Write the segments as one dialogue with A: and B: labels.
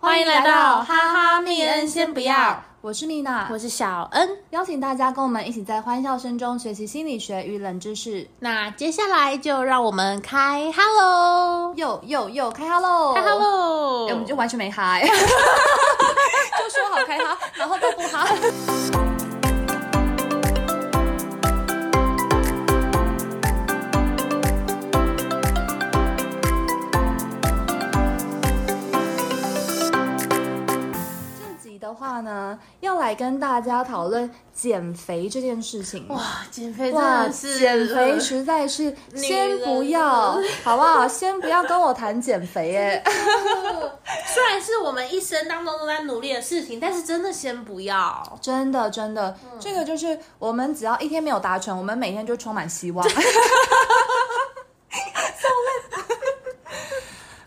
A: 欢迎来到哈哈密恩，先不要，
B: 我是蜜娜，
A: 我是小恩。
B: 邀请大家跟我们一起在欢笑声中学习心理学与冷知识。
A: 那接下来就让我们开哈喽，
B: 又又又开哈喽，
A: 开哈喽、
B: 哎我们就完全没 哈、欸，就说好开哈，然后都不哈。这集的话呢，要来跟大家讨论减肥这件事情。
A: 哇，减肥真
B: 哇，
A: 的是呃
B: 减肥实在是先不要，好不好？先不要跟我谈减肥哎 耶、
A: 虽然是我们一生当中都在努力的事情，但是真的先不要。
B: 真的真的，
A: 嗯
B: 这个就是我们只要一天没有达成，我们每天就充满希 望。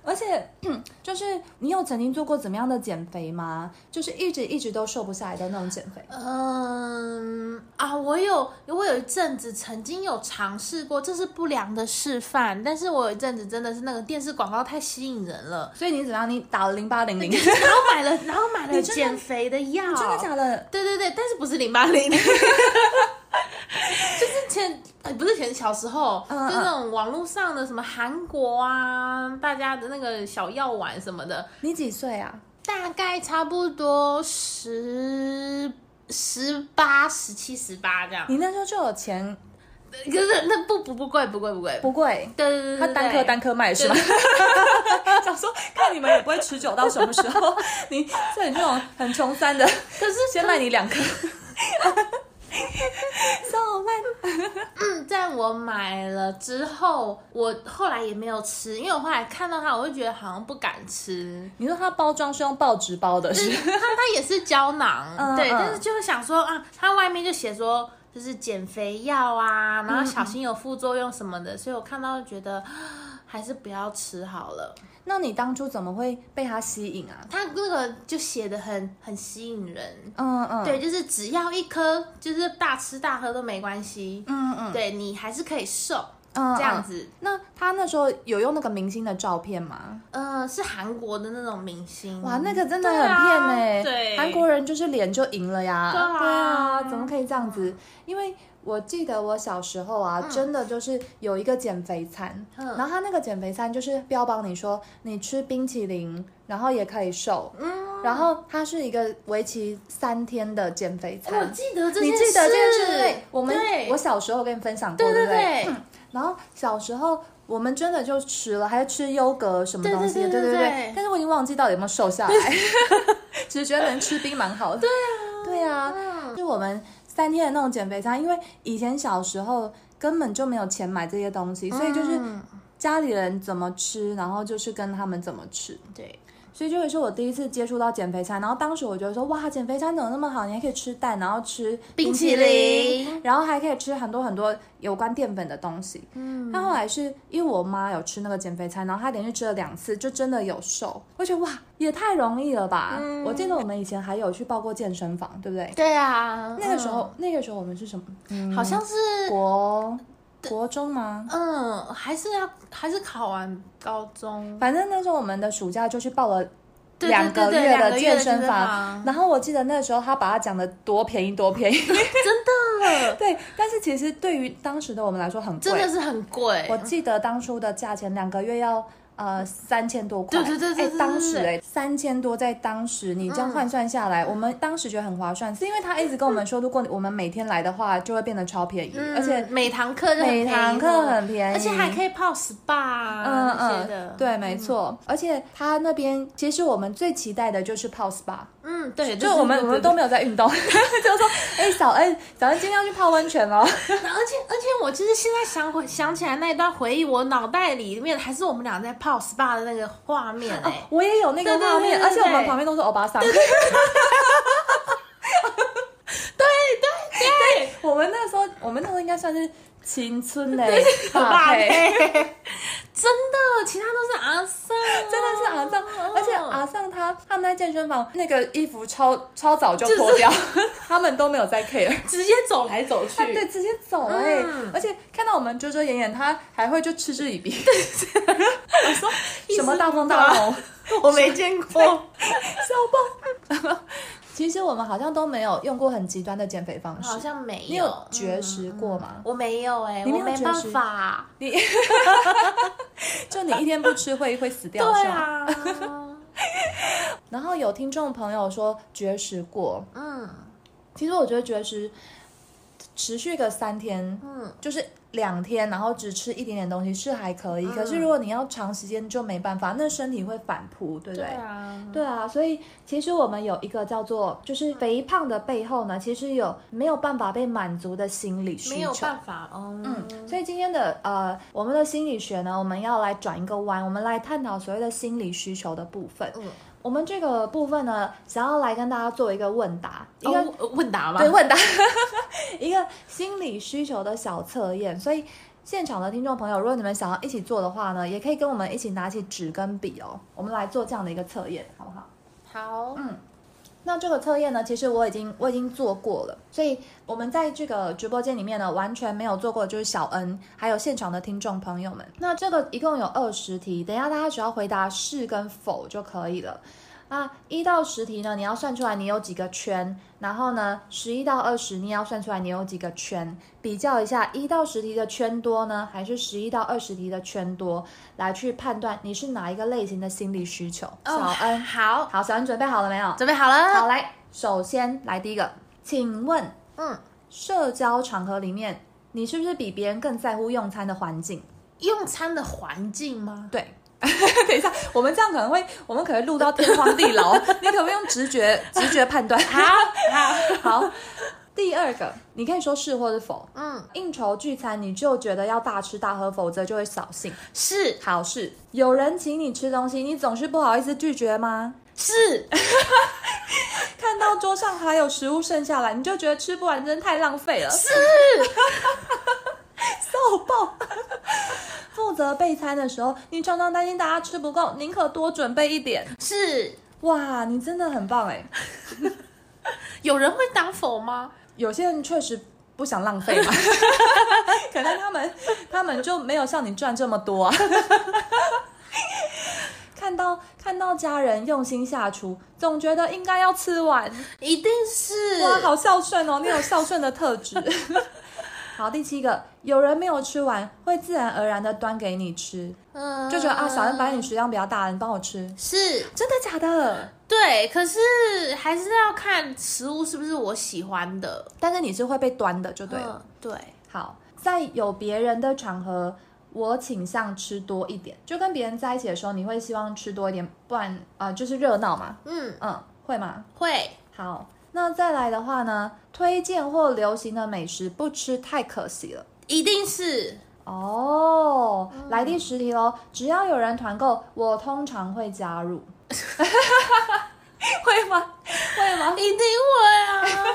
B: 而且， 就是你有曾经做过怎么样的减肥吗？就是一直一直都瘦不下来的那种减肥。
A: 嗯啊，我有我有一阵子曾经有尝试过，这是不良的示范，但是我有一阵子真的是那个电视广告太吸引人 了，
B: 所以你怎么样？你打了零八零零？ 真
A: 然后买了然后买了
B: 你真的
A: 减肥的药，
B: 的假的？
A: 对对对，但是不是零八零， 就是前呃不是前小时候，
B: 嗯
A: 就那种网络上的什么韩国啊，大家的那个小药丸什么的，
B: 你几岁啊？
A: 大概差不多十十八、十七、十八这样。
B: 你那时候就有钱，
A: 可是那不不不贵，不贵不贵。
B: 不贵，
A: 对对对对，
B: 他单颗
A: 对
B: 单颗卖是吧？ 想说看你们也不会持久到什么时候， 你像你这种很穷酸的，
A: 可是
B: 先卖你两 颗。So
A: 嗯，在我买了之后，我后来也没有吃，因为我后来看到它，我就觉得好像不敢吃。
B: 你说它包装是用报纸包的是
A: 它它也是胶囊，
B: 嗯
A: 对，
B: 嗯
A: 但是就是想说啊，它外面就写说就是减肥药啊，然后小心有副作用什么的，所以我看到就觉得 啊还是不要吃好了。
B: 那你当初怎么会被它吸引啊？
A: 它那个就写的很很吸引人，
B: 嗯嗯，
A: 对，，就是只要一颗，就是大吃大喝都没关系，
B: 嗯嗯
A: 对你还是可以瘦
B: 嗯，
A: 这样
B: 子。
A: 子。
B: 那他那时候有用那个明星的照片吗？
A: 嗯、是韩国的那种明星，
B: 哇，那个真的很骗呢、
A: 嗯对啊对
B: 韩国人就是脸就赢了呀。
A: 对啊
B: 怎么可以这样子？因为我记得我小时候啊，真的就是有一个减肥餐，
A: 嗯
B: 然后他那个减肥餐就是标榜你说你吃冰淇淋，然后也可以瘦，嗯，然后它是一个为期三天的减肥
A: 哎我
B: 餐。
A: 记得这
B: 你
A: 件
B: 记得这件事？
A: 事
B: 对，我们
A: 对
B: 我小时候跟你分享过，
A: 对
B: 对
A: 对
B: 不
A: 对，
B: 然后小时候我们真的就吃了，还要吃优格什么东西的，
A: 对对对
B: 对
A: 对对
B: 但是我已经忘记到底有没有瘦下 来，只是觉得能吃冰蛮好的。对啊，对啊，
A: 嗯
B: 就是我们三天的那种减肥餐，因为以前小时候根本就没有钱买这些东西，所以就是
A: 嗯
B: 家里人怎么吃，然后就是跟他们怎么吃。
A: 对，
B: 所以这也是我第一次接触到减肥餐，然后当时我觉得说，哇，减肥餐怎么那么好？你还可以吃蛋，然后吃
A: 冰淇
B: 淇
A: 淋
B: 然后还可以吃很多很多有关淀粉的东西。
A: 嗯。
B: 但后来是因为我妈有吃那个减肥餐，然后她连续吃了两次，就真的有瘦。我觉得哇，也太容易了吧！
A: 嗯
B: 我记得我们以前还有去报过健身房，对不对？
A: 对啊，
B: 那个时候，那个时候我们是什么？
A: 嗯好像是
B: 国国中吗？
A: 嗯，还是要还是考完高中，
B: 反正那时候我们的暑假就去报了。
A: 对对
B: 两
A: 对
B: 个
A: 对
B: 月
A: 两
B: 的
A: 个月
B: 健
A: 的
B: 身
A: 健身
B: 房
A: 房，
B: 然后我记得那个时候她把它讲的多便宜多便宜，
A: 真的
B: 对。但是其实对于当时的我们来说很贵，
A: 真的是很贵
B: 我。记得当初的价钱，两个月要呃三千多块，
A: 对对对对
B: 哎
A: 对
B: 当时
A: 对嗯
B: 哎三千多，在当时你这样换算下来，我们当时觉得很划算，是因为他一直跟我们说，如果我们每天来的话，就会变得超便宜，
A: 嗯
B: 而且
A: 每堂课就很
B: 每堂
A: 便宜
B: 课很便宜，
A: 而且还可以泡 SPA 啊
B: 嗯
A: 那些的
B: 嗯，，对，没错，而且他那边其实我们最期待的就是泡 SPA，
A: 嗯，对，
B: 就我们我们都
A: 没
B: 没有在运动， 就是说，哎，小恩，小恩今天要去泡温泉哦了，
A: 有，而且而且我就是现在想回想起来那一段回忆，我脑袋里面还是我们俩在泡 SPA 的那个画面哎，
B: 我也有那个
A: 对对
B: 画面，
A: 对对
B: 而且我们
A: 对
B: 旁边都是欧巴桑。
A: 对，
B: 我们那时候，我们那时候应该算是青春嘞、啊
A: 很
B: 搭
A: 棒
B: 配
A: 哎，真的，其他都是阿桑，哦
B: 真的是阿
A: 嗯
B: 尚，而且阿尚他他们在健身房那个衣服超超早就脱掉， 他们都没有在 care。
A: 直接走来走去，
B: 他对，直接走哎、
A: 嗯
B: 而且看到我们遮 遮掩掩，他还会就嗤之以鼻。我说什么大风大浪，
A: 啊我没见过。
B: 其实我们好像都没有用过很极端的减肥方
A: 好
B: 式。
A: 像没有。
B: 你有绝食过吗
A: 嗯我没有哎、
B: 你没
A: 我
B: 有
A: 没
B: 绝
A: 办
B: 食
A: 法。
B: 你就你一天不吃会会 死掉
A: 对
B: 是吗？
A: 啊，
B: 然后有听众朋友说绝食过，
A: 嗯
B: 其实我觉得绝食持续个三天，
A: 嗯，
B: 就是两天，然后只吃一点点东西是还可以。
A: 嗯
B: 可是如果你要长时间就没办法，那身体会反扑，对不
A: 对啊，
B: 对啊，所以其实我们有一个叫做，就是肥胖的背后呢，其实有没有办法被满足的心理需
A: 没有
B: 求。
A: 办法哦。
B: 嗯，所以今天的呃，我们的心理学呢，我们要来转一个弯，我们来探讨所谓的心理需求的部分。
A: 嗯，
B: 我们这个部分呢，想要来跟大家做一个问答，一个、
A: 哦问问答吗？
B: 对问答， 一个心理需求的小测验。所以现场的听众朋友，如果你们想要一起做的话呢，也可以跟我们一起拿起纸跟笔哦，我们来做这样的一个测验，好不好？
A: 好，
B: 嗯，那这个测验呢，其实我已经我已经做过了，所以我们在这个直播间里面呢，完全没有做过，就是小恩还有现场的听众朋友们。那这个一共有二十题，等一下大家只要回答是跟否就可以了。啊，一到十题呢，你要算出来你有几个圈，然后呢，十一到二十你也要算出来你有几个圈，比较一下一到十题的圈多呢，还是十一到二十题的圈多，来去判断你是哪一个类型的心理需求。小
A: 哦
B: 恩，
A: 好，
B: 好，小恩准备好了没有？
A: 准备好了。
B: 好，来，首先来第一个，请问
A: 嗯，
B: 社交场合里面，你是不是比别人更在乎用餐的环境？
A: 用餐的环境吗？
B: 对。 等一下，我们这样可能会，我们可能录到天荒地 老。你可不可以用直觉直觉判断？
A: 好，好，
B: 好，第二个，你可以说是或是否。
A: 嗯，
B: 应酬聚餐，你就觉得要大吃大喝，否则就会扫兴。
A: 是
B: 好事，有人请你吃东西，你总是不好意思拒绝吗？
A: 是，
B: 看到桌上还有食物剩下来，你就觉得吃不完真的太浪费了。是， 骚爆！ 负责备餐的时候，你常常担心大家吃不够，宁可多准备一点。
A: 是，
B: 哇，你真的很棒哎！
A: 有人会当否吗？
B: 有些人确实不想浪费嘛，可能他们他们就没有像你赚这么多、啊。 看到看到家人用心下厨，总觉得应该要吃完。
A: 一定是，
B: 哇，好孝顺哦，你有孝顺的特质。 好，第七个，有人没有吃完，会自然而然的端给你吃，
A: 嗯，
B: 就觉得啊，小恩把你食量比较大，你帮我吃，
A: 是
B: 真的假的？
A: 对，可是还是要看食物是不是我喜欢的。
B: 但是你是会被端的，就对了。
A: 嗯对，
B: 好，在有别人的场合，我倾向吃多一点，就跟别人在一起的时候，你会希望吃多一点，不然啊、呃就是热闹嘛，
A: 嗯，
B: 嗯，会吗？
A: 会
B: 好，那再来的话呢，推荐或流行的美食不吃太可惜了。
A: 一定是
B: 哦，来第十题喽！只要有人团购，我通常会加入， 会吗？会吗？
A: 一定会 啊！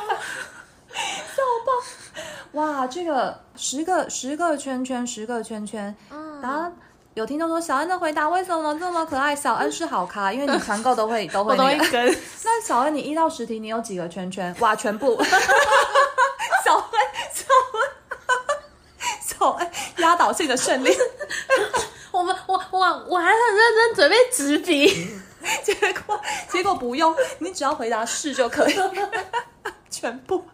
B: 哇，这个十个十个圈圈，十个圈圈，
A: 嗯
B: 然后有听众说小恩的回答为什么这么可爱？小恩是好咖，因为你团购都 会都会那个。
A: 跟
B: 那小恩，你一到十题你有几个圈圈？哇，全部！ 小恩，小恩，小恩，压倒性的胜利。
A: 我们，我我我还很认真准备纸笔，
B: 结果结果不用，你只要回答是就可以， 全部。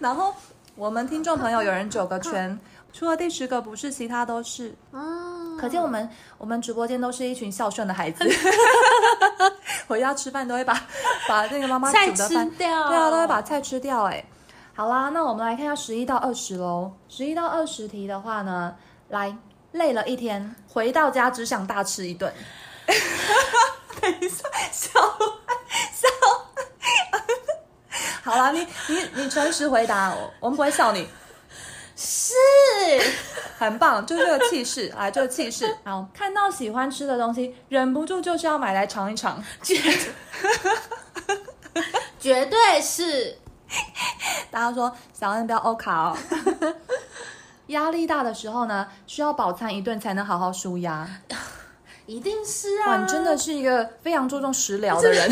B: 然后我们听众朋友有人九个圈，除了第十个不是，其他都是。
A: 嗯，
B: 可见我们我们直播间都是一群孝顺的孩子， 回家吃饭都会把把那个妈妈
A: 菜
B: 嗯煮的
A: 吃
B: 饭，
A: 掉，
B: 对啊，都会把菜吃掉、哎，好啦，那我们来看一下十一到二十喽。十一到二十题的话呢，来累了一天，回到家只想大吃一顿。 等一下，小 小，好啦，你你你诚实回答，我我们不会笑你。
A: 是，
B: 很棒，就这个气势啊，这个气势。好，看到喜欢吃的东西，忍不住就是要买来尝一尝。
A: 绝绝对是，
B: 大家说，小恩不要欧卡哦。 压力大的时候呢，需要饱餐一顿才能好好舒压。
A: 一定是
B: 哇，
A: 啊！
B: 你真的是一个非常注重食疗的 人，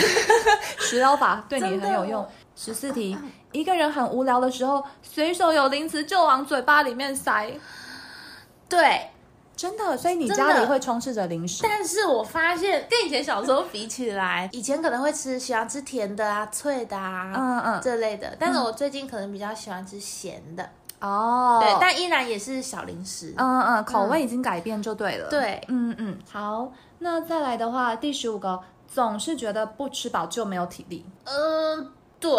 B: 食疗法对你
A: 真的
B: 很有用。十四题，一个人很无聊的时候，随手有零食就往嘴巴里面塞。
A: 对，
B: 真的，所以你
A: 真
B: 家里
A: 的
B: 会充斥着零食，
A: 但是我发现跟以前小时候比起来，以前可能会吃喜欢吃甜的啊、脆的啊、
B: 嗯嗯，
A: 这类的，但是我最近可能比较喜欢吃咸的，
B: 哦，
A: 对，但依然也是小零食。
B: 嗯嗯嗯，口味已经改变就对了，
A: 对，
B: 嗯嗯，好，那再来的话，第十五个总是觉得不吃饱就没有体力，
A: 嗯、对，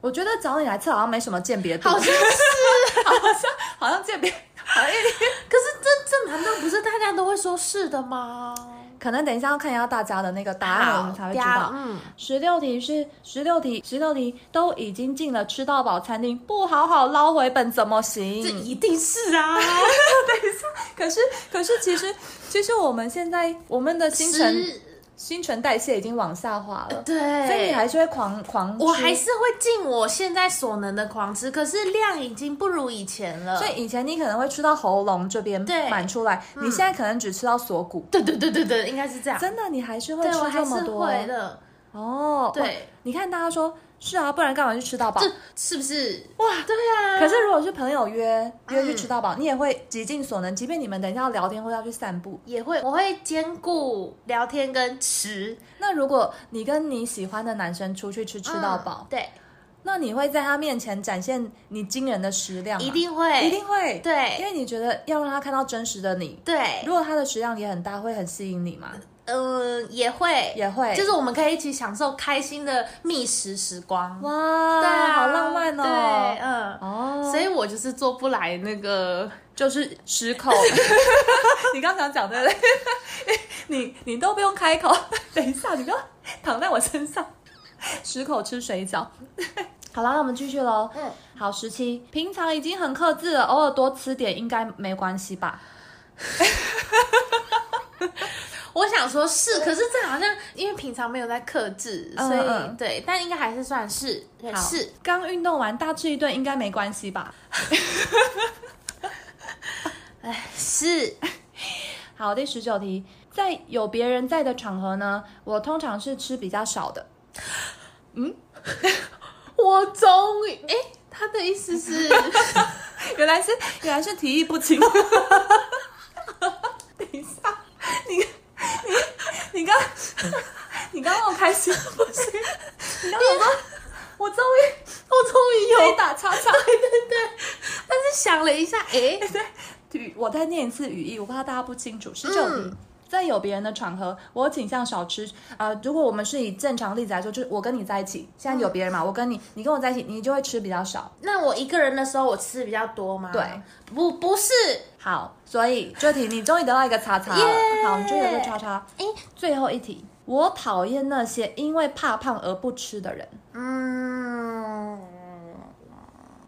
B: 我觉得找你来测好像没什么鉴别度，
A: 好像是。
B: 好像鉴别，好像
A: 可是这这难道不是大家都会说是的吗？
B: 可能等一下要看一下大家的那个答案，我们才会知
A: 好
B: 道。
A: 嗯，
B: 十六题是十六题，十六题都已经进了吃到饱餐厅，不好好捞回本怎么
A: 这
B: 行？
A: 一定是 啊。
B: 可是可是其实其实我们现在我们的新陈
A: 十呃
B: 新陈代谢已经往下滑了，
A: 对，
B: 所以你还是会狂狂吃。
A: 我还是会尽我现在所能的狂吃，可是量已经不如以前了。
B: 所以以前你可能会吃到喉咙这边
A: 对嗯
B: 满出来，你现在可能只吃到锁骨。
A: 对对对对对，应该是这样。
B: 真的，你还是会
A: 对，我
B: 吃
A: 还
B: 这
A: 是
B: 么多
A: 会的。
B: 哦。
A: 对
B: 哇你看大家说是啊，不然干嘛去吃到饱
A: 这？是不是？哇，对啊。
B: 可是如果是朋友约约去
A: 嗯
B: 吃到饱，你也会极尽所能，即便你们等一下要聊天或要去散步。
A: 也会，我会兼顾聊天跟吃，
B: 那如果你跟你喜欢的男生出去吃吃到饱
A: 嗯，对，
B: 那你会在他面前展现你惊人的食量吗？
A: 一定会，
B: 一定会，因
A: 对
B: 为你觉得要让他看到真实的你。
A: 对，
B: 如果他的食量也很大，会很吸引你吗？
A: 嗯，也会，
B: 也会，
A: 就是我们可以一起享受开心的觅食时光。
B: 哇，
A: 对啊，
B: 好浪漫哦。
A: 对，嗯。
B: 哦，
A: 所以我就是做不来那个，
B: 就是失口。你刚刚讲的， 你你都不用开口， 等一下你不要躺在我身上，十口吃水饺。 好啦，那我们继续喽。
A: 嗯，
B: 好，十七，平常已经很克制了，偶尔多吃点应该没关系吧？
A: 我想说是，可是这好像因为平常没有在克制，
B: 嗯
A: 所以、
B: 嗯
A: 对，但应该还是算是对
B: 好
A: 是。
B: 刚运动完大吃一顿应该没关系吧？
A: 是，
B: 好，第十九题，在有别人在的场合呢，我通常是吃比较少的。
A: 我终于，哎，他的意思是，
B: 原来是原来是提议不清。 等一下，你你你刚你刚让我开心不行，你刚什么？我终于
A: 我终于
B: 可
A: 有
B: 以，打叉叉。
A: 但是想了一下，哎，
B: 语，我再念一次语义，我怕大家不清楚。十九题
A: 嗯，
B: 在有别人的场合，我倾向少吃。呃，如果我们是以正常例子来说，就是我跟你在一起，现在有别人嘛，我跟你，你跟我在一起，你就会吃比较少。
A: 那我一个人的时候，我吃比较多吗？
B: 对，
A: 不不是，
B: 好，所以这题你终于得到一个叉叉了。
A: 耶
B: 好，你就有一个叉叉。
A: 哎，
B: 最后一题，我讨厌那些因为怕胖而不吃的人。
A: 嗯，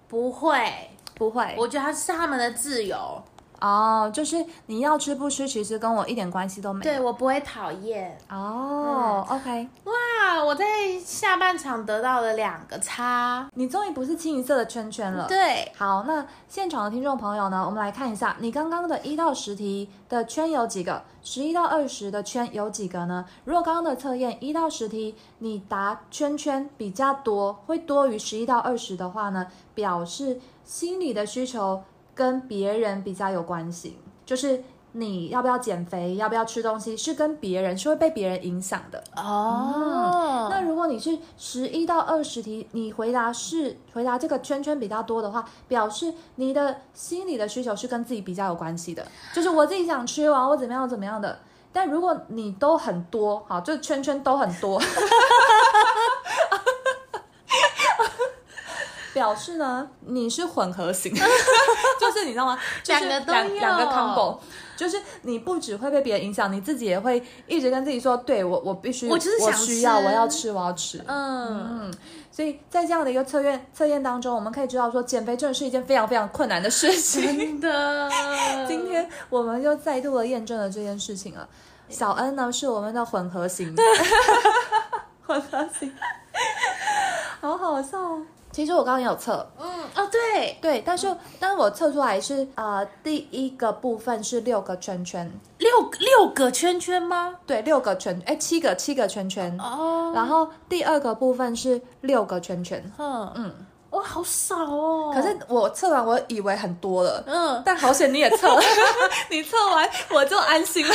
A: 不会，
B: 不会，
A: 我觉得他是他们的自由，
B: 哦，就是你要吃不吃，其实跟我一点关系都没有。
A: 对我不会讨厌。
B: 哦、o k
A: 哇，我在下半场得到了两个叉，
B: 你终于不是清一色的圈圈了。。
A: 对，
B: 好，那现场的听众朋友呢？我们来看一下，你刚刚的一到十题的圈有几个？十一到二十的圈有几个呢？如果刚刚的测验一到十题你答圈圈比较多，会多于十一到二十的话呢，表示心理的需求跟别人比较有关系，就是你要不要减肥，要不要吃东西，是跟别人是会被别人影响的。
A: 哦
B: 那如果你是十一到二十题，你回答是回答这个圈圈比较多的话，表示你的心理的需求是跟自己比较有关系的，就是我自己想吃完我怎么样怎么样的。但如果你都很多，好，就圈圈都很多， 表示呢你是混合型， 就是你知道吗？就是
A: 两个都
B: 两两个
A: 有
B: combo，就是你不只会被别人影响，你自己也会一直跟自己说，对我我必须，
A: 我就是想
B: 需要，
A: 吃
B: 我要吃，我要吃。
A: 嗯，
B: 嗯，所以在这样的一个测验测验当中，我们可以知道说，减肥真的是一件非常非常困难的事 情。
A: 真的，
B: 今天我们又再度的验证了这件事情了。啊小恩呢是我们的混合型，混合型，好好笑哦。嗯其实我刚刚也有测，
A: 嗯，哦，对，
B: 对，但是但是我测出来是呃，第一个部分是六个圈圈，
A: 六六个圈圈吗？
B: 对，六个圈，哎，七个七个圈圈，
A: 哦，
B: 然后第二个部分是六个圈圈，
A: 嗯
B: 嗯，
A: 哇，好少哦。
B: 可是我测完，我以为很多了，
A: 嗯，
B: 但好险你也测了， 你测完我就安心了。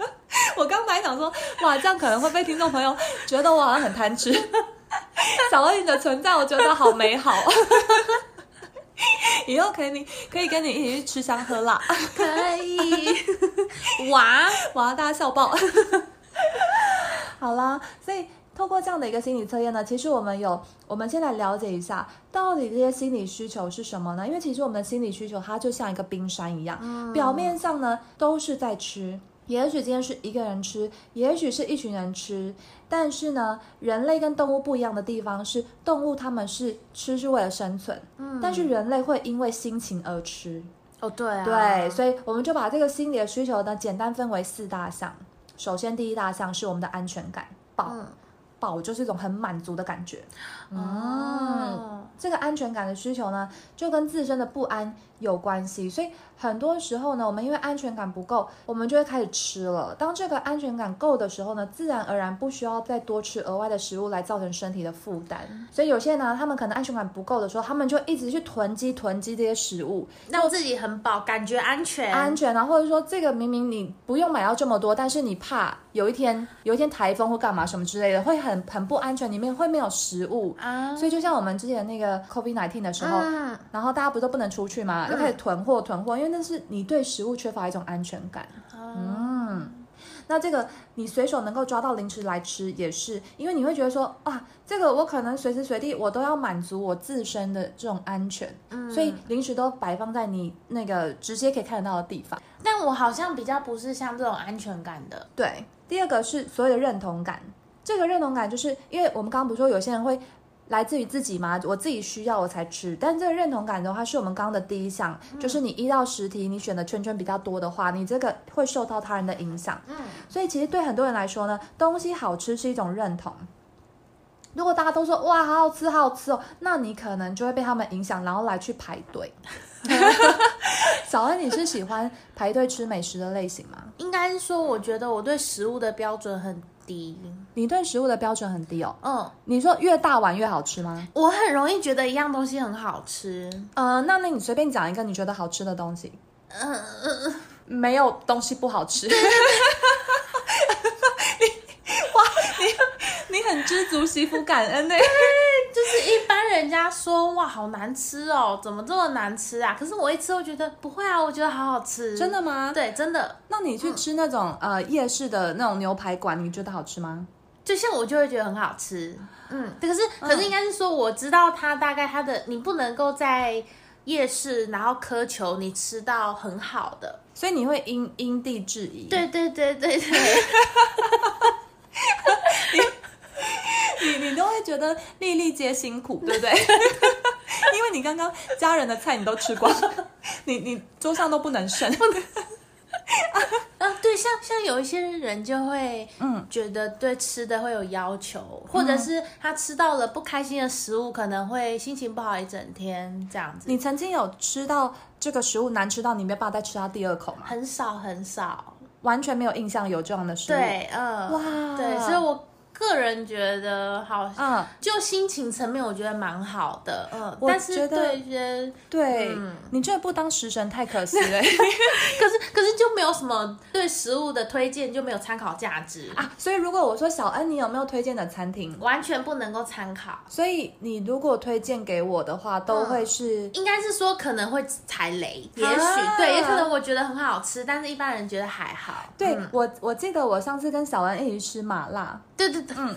B: 我刚本来想说，哇，这样可能会被听众朋友觉得我好像很贪 吃。小鳄鱼的存在，我觉得好美好。 以后可以你可以跟你一起去吃香喝辣，
A: 可 以。哇，
B: 哇，大家笑爆。 好啦，所以透过这样的一个心理测验呢，其实我们有，我们先来了解一下，到底这些心理需求是什么呢？因为其实我们的心理需求它就像一个冰山一样，
A: 嗯
B: 表面上呢都是在吃。也许今天是一个人吃，也许是一群人吃，但是呢，人类跟动物不一样的地方是，动物它们是吃是为了生存，
A: 嗯
B: 但是人类会因为心情而吃。
A: 哦，对啊，
B: 对，所以我们就把这个心理的需求呢，简单分为四大项。首先，第一大项是我们的安全感，饱、
A: 嗯
B: 饱就是一种很满足的感觉。嗯
A: 哦，
B: 这个安全感的需求呢，就跟自身的不安有关系，所以很多时候呢，我们因为安全感不够，我们就会开始吃了。当这个安全感够的时候呢，自然而然不需要再多吃额外的食物来造成身体的负担。所以有些人呢，他们可能安全感不够的时候，他们就一直去囤积囤积这些食物，
A: 让自己很饱，感觉安全。
B: 安全啊，或者说这个明明你不用买到这么多，但是你怕有一天有一天台风或干嘛什么之类的，会很很不安全，里面会没有食物。
A: 啊，
B: 所以就像我们之前那个 COVID 1 9的时候，
A: 嗯，
B: 然后大家不都不能出去嘛，又开始囤货囤货，因为那是你对食物缺乏一种安全感。
A: 哦
B: 嗯，那这个你随手能够抓到零食来吃，也是因为你会觉得说啊，这个我可能随时随地我都要满足我自身的这种安全，
A: 嗯
B: 所以零食都摆放在你那个直接可以看得到的地方。
A: 但我好像比较不是像这种安全感的，
B: 对，第二个是所谓的认同感。这个认同感，就是因为我们刚刚不是说有些人会来自于自己嘛，我自己需要我才吃。但这个认同感的话，是我们刚刚的第一项，就是你一到十题，你选的圈圈比较多的话，你这个会受到他人的影响。
A: 嗯，
B: 所以其实对很多人来说呢，东西好吃是一种认同。如果大家都说哇好好吃好好吃哦，那你可能就会被他们影响，然后来去排队。小恩，你是喜欢排队吃美食的类型吗？
A: 应该是说，我觉得我对食物的标准很低。
B: 你对食物的标准很低哦。
A: 嗯，
B: 你说越大碗越好吃吗？
A: 我很容易觉得一样东西很好吃。
B: 呃，那那你随便讲一个你觉得好吃的东西。嗯、没有东西不好 吃。你哇，你你很知足，惜福感恩呢。
A: 就是一般人家说哇好难吃哦，怎么这么难吃啊？可是我一吃，我觉得不会啊，我觉得好好吃，
B: 真。的吗？
A: 对，真的，
B: 那你去吃那种、呃夜市的那种牛排馆，你觉得好吃吗？
A: 就像我就会觉得很好吃。嗯，可是可是应该是说，我知道它大概它的，你不能够在夜市然后苛求你吃到很好的。
B: 所以你会因因地制宜。，
A: 对对对对对，
B: 你你都会觉得粒粒皆辛苦，对不 对？因为你刚刚家人的菜你都吃光，你你桌上都不能剩。
A: 啊对，像像有一些人就会
B: 嗯，
A: 觉得对吃的会有要求，或者是他吃到了不开心的食物，可能会心情不好一整天这样子。
B: 你曾经有吃到这个食物难吃到你没办法再吃它第二口吗？
A: 很少很少，
B: 完全没有印象有这样的食物。，
A: 对，嗯，
B: 哇
A: 对，所以我个人觉得好，
B: 嗯，
A: 就心情层面我觉得蛮好的，嗯，
B: 我
A: 但是
B: 觉得
A: 对一些，
B: 对，
A: 嗯
B: 你这不当食神太可惜 了
A: 可是可是就没有什么对食物的推荐就没有参考价值，
B: 啊！所以如果我说小恩，你有没有推荐的餐厅？
A: 完全不能够参考，
B: 所以你如果推荐给我的话，都
A: 嗯
B: 会是、
A: 应该是说可能会踩雷，也许、
B: 啊
A: 对，也可能我觉得很好吃，但是一般人觉得还好，
B: 对、
A: 嗯
B: 我，我记得我上次跟小恩一起吃麻辣，
A: 对对对，嗯，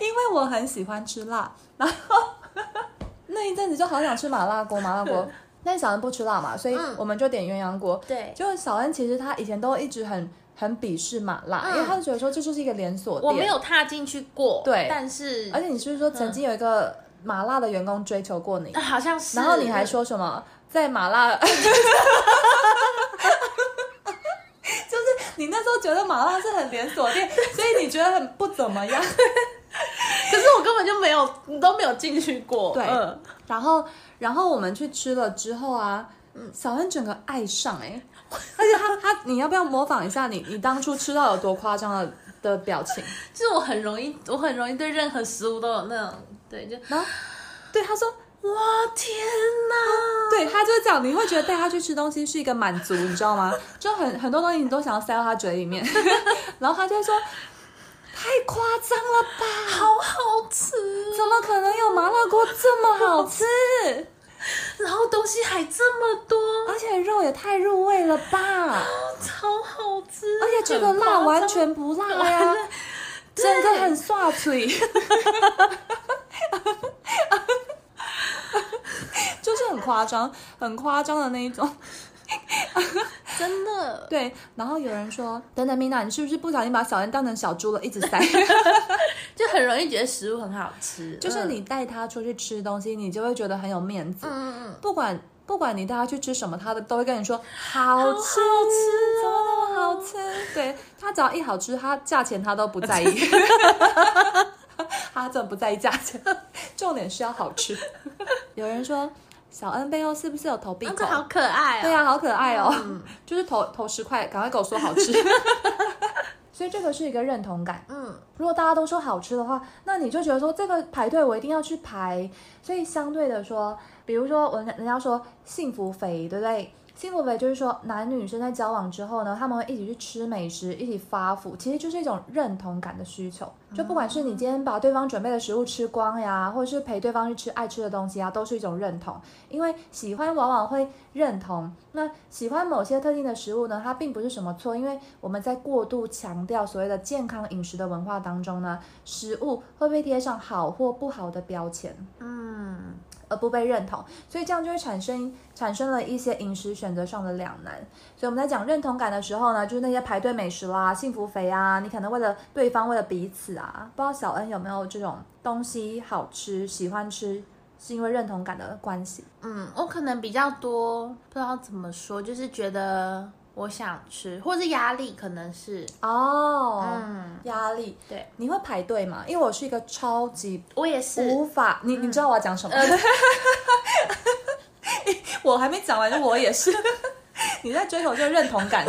B: 因为我很喜欢吃辣，然后 那一阵子就好想吃麻辣锅，麻辣 锅。但小恩不吃辣嘛，所以
A: 嗯
B: 我们就点鸳鸯锅。
A: 对。
B: 就小恩其实他以前都一直很很鄙视麻辣，
A: 嗯
B: 因为他就觉得说这就是一个连锁店。
A: 我没有踏进去过，
B: 对
A: 但是
B: 而且你是不是说曾经有一个麻辣的员工追求过你，
A: 啊好像是，
B: 然后你还说什么在麻 辣？就是你那时候觉得麻辣是很连锁店，所以你觉得很不怎么 样。
A: 可是我根本就没有，你都没有进去过。
B: 对
A: 嗯嗯
B: 然后，然后我们去吃了之后啊，小恩整个爱上哎、欸而且他他，你要不要模仿一下你你当初吃到有多夸张的的表情？
A: 就是我很容易，我很容易对任何食物都有那种对，就
B: 然后对他说，
A: 哇天哪！
B: 对他就是这样，你会觉得带他去吃东西是一个满足，你知道 吗？就很很多东西你都想要塞到他嘴里 面，然后他就会说太夸张了吧，
A: 好好吃，
B: 怎么可能有麻辣锅这么好吃？
A: 然后东西还这么多，
B: 而且肉也太入味了吧！
A: 超好吃。
B: 而且这个
A: 很夸
B: 辣
A: 张
B: 完全不辣呀、 整个很刷 嘴，就是很夸张，很夸张的那一种。
A: 真的，
B: 对，然后有人说：“等等，米娜，你是不是不小心把小恩当成小猪了，一直塞？”
A: 就很容易觉得食物很好吃，
B: 就是
A: 嗯
B: 你带他出去吃东西，你就会觉得很有面子。
A: 嗯嗯
B: 不管不管你带他去吃什么，他的都会跟你说好吃，
A: 好吃哦
B: 怎么那么好吃？对他只要一好吃，他价钱他都不在 意，他真的不在意价钱，重点是要好吃。 有人说小恩背后是不是有投币
A: 嗯，那
B: 狗
A: 个？好可爱哦。
B: 对啊，好可爱哦， 就是投投十块，赶快跟我说好吃。 所以这个是一个认同感。
A: 嗯，
B: 如果大家都说好吃的话，那你就觉得说这个排队我一定要去排。所以相对的说，比如说我人家说幸福肥，对不对？幸福肥就是说男女生在交往之后呢，他们会一起去吃美食，一起发福，其实就是一种认同感的需求。就不管是你今天把对方准备的食物吃光呀，或者是陪对方去吃爱吃的东西啊，都是一种认同。因为喜欢往往会认同，那喜欢某些特定的食物呢，它并不是什么错，因为我们在过度强调所谓的健康饮食的文化当中呢，食物会被贴上好或不好的标签，
A: 嗯，
B: 而不被认同，所以这样就会产生产生了一些饮食选择上的两难。所以我们在讲认同感的时候呢，就是那些排队美食啦、幸福肥啊，你可能为了对方、为了彼此啊，不知道小恩有没有这种东西好吃、喜欢吃，是因为认同感的关系。
A: 嗯，我可能比较多，不知道怎么说，就是觉得我想吃，或是压力可能是，
B: 哦，
A: 嗯，
B: 压力，
A: 对
B: 你会排队吗？因为我是一个超级
A: 我也是，嗯呃
B: 无法，你你知道我要讲什么？ 我还没讲完，我也是。 你在追求这个认同 感。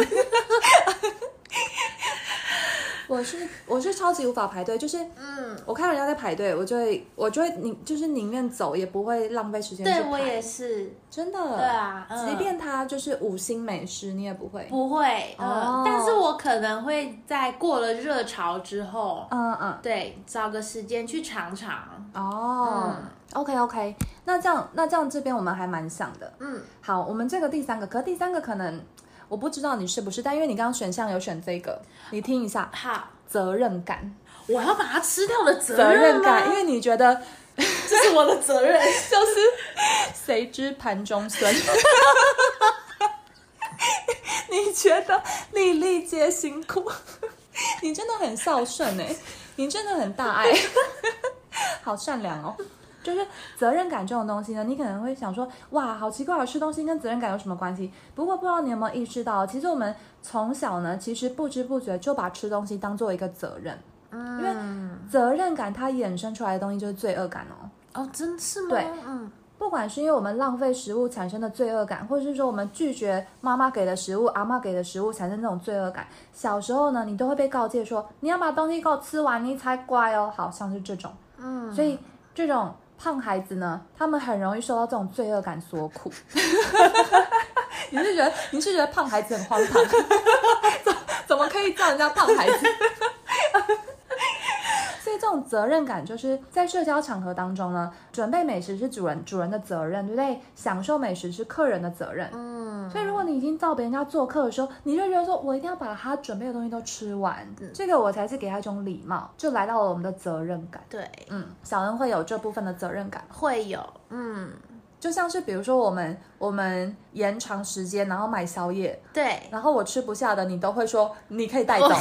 B: 我是我是超级无法排队，就是
A: 嗯，
B: 我看人家在排队，我就会我就会宁就是宁愿走，也不会浪费时间去排。
A: 对我也是，
B: 真的，
A: 对啊，嗯
B: 即便它就是五星美食，你也不会。
A: 不会，嗯，
B: 哦
A: 但是我可能会在过了热潮之后，
B: 嗯嗯，
A: 对，找个时间去尝尝，
B: 哦、
A: 嗯
B: o k OK，那这样那这样这边我们还蛮像的。
A: 嗯，
B: 好，我们这个第三个，可是第三个可能我不知道你是不是，但因为你刚刚选项有选这个，你听一下，
A: 好，
B: 责任感，
A: 我要把它吃掉的责
B: 责任
A: 任吗
B: 感，因为你觉得
A: 这是我的责 任，
B: 谁知盘中餐，你觉得粒粒皆辛苦，你真的很孝顺哎、你真的很大爱，好善良哦。就是责任感这种东西呢，你可能会想说，哇，好奇怪哦，吃东西跟责任感有什么关系？不过不知道你有没有意识到，其实我们从小呢，其实不知不觉就把吃东西当做一个责任，
A: 嗯，
B: 因为责任感它衍生出来的东西就是罪恶感哦。
A: 哦，真是吗？
B: 对
A: 嗯，
B: 不管是因为我们浪费食物产生的罪恶感，或者是说我们拒绝妈妈给的食物、阿妈给的食物产生这种罪恶感，小时候呢，你都会被告诫说你要把东西给我吃完，你才乖哦，好像是这种。
A: 嗯，
B: 所以这种胖孩子呢，他们很容易受到这种罪恶感所苦。 你是觉得你是觉得胖孩子很荒唐？ 怎么可以叫人家胖孩子？ 所以这种责任感，就是在社交场合当中呢，准备美食是主人主人的责任，对不对？享受美食是客人的责任。
A: 嗯，
B: 所以如果你已经到别人家做客的时候，你就觉得说我一定要把他准备的东西都吃完，
A: 嗯
B: 这个我才是给他一种礼貌，就来到了我们的责任感。
A: 对，
B: 嗯，小恩会有这部分的责任感，
A: 会有，嗯，
B: 就像是比如说我们我们延长时间，然后买宵夜，
A: 对，
B: 然后我吃不下的，你都会说你可以带走。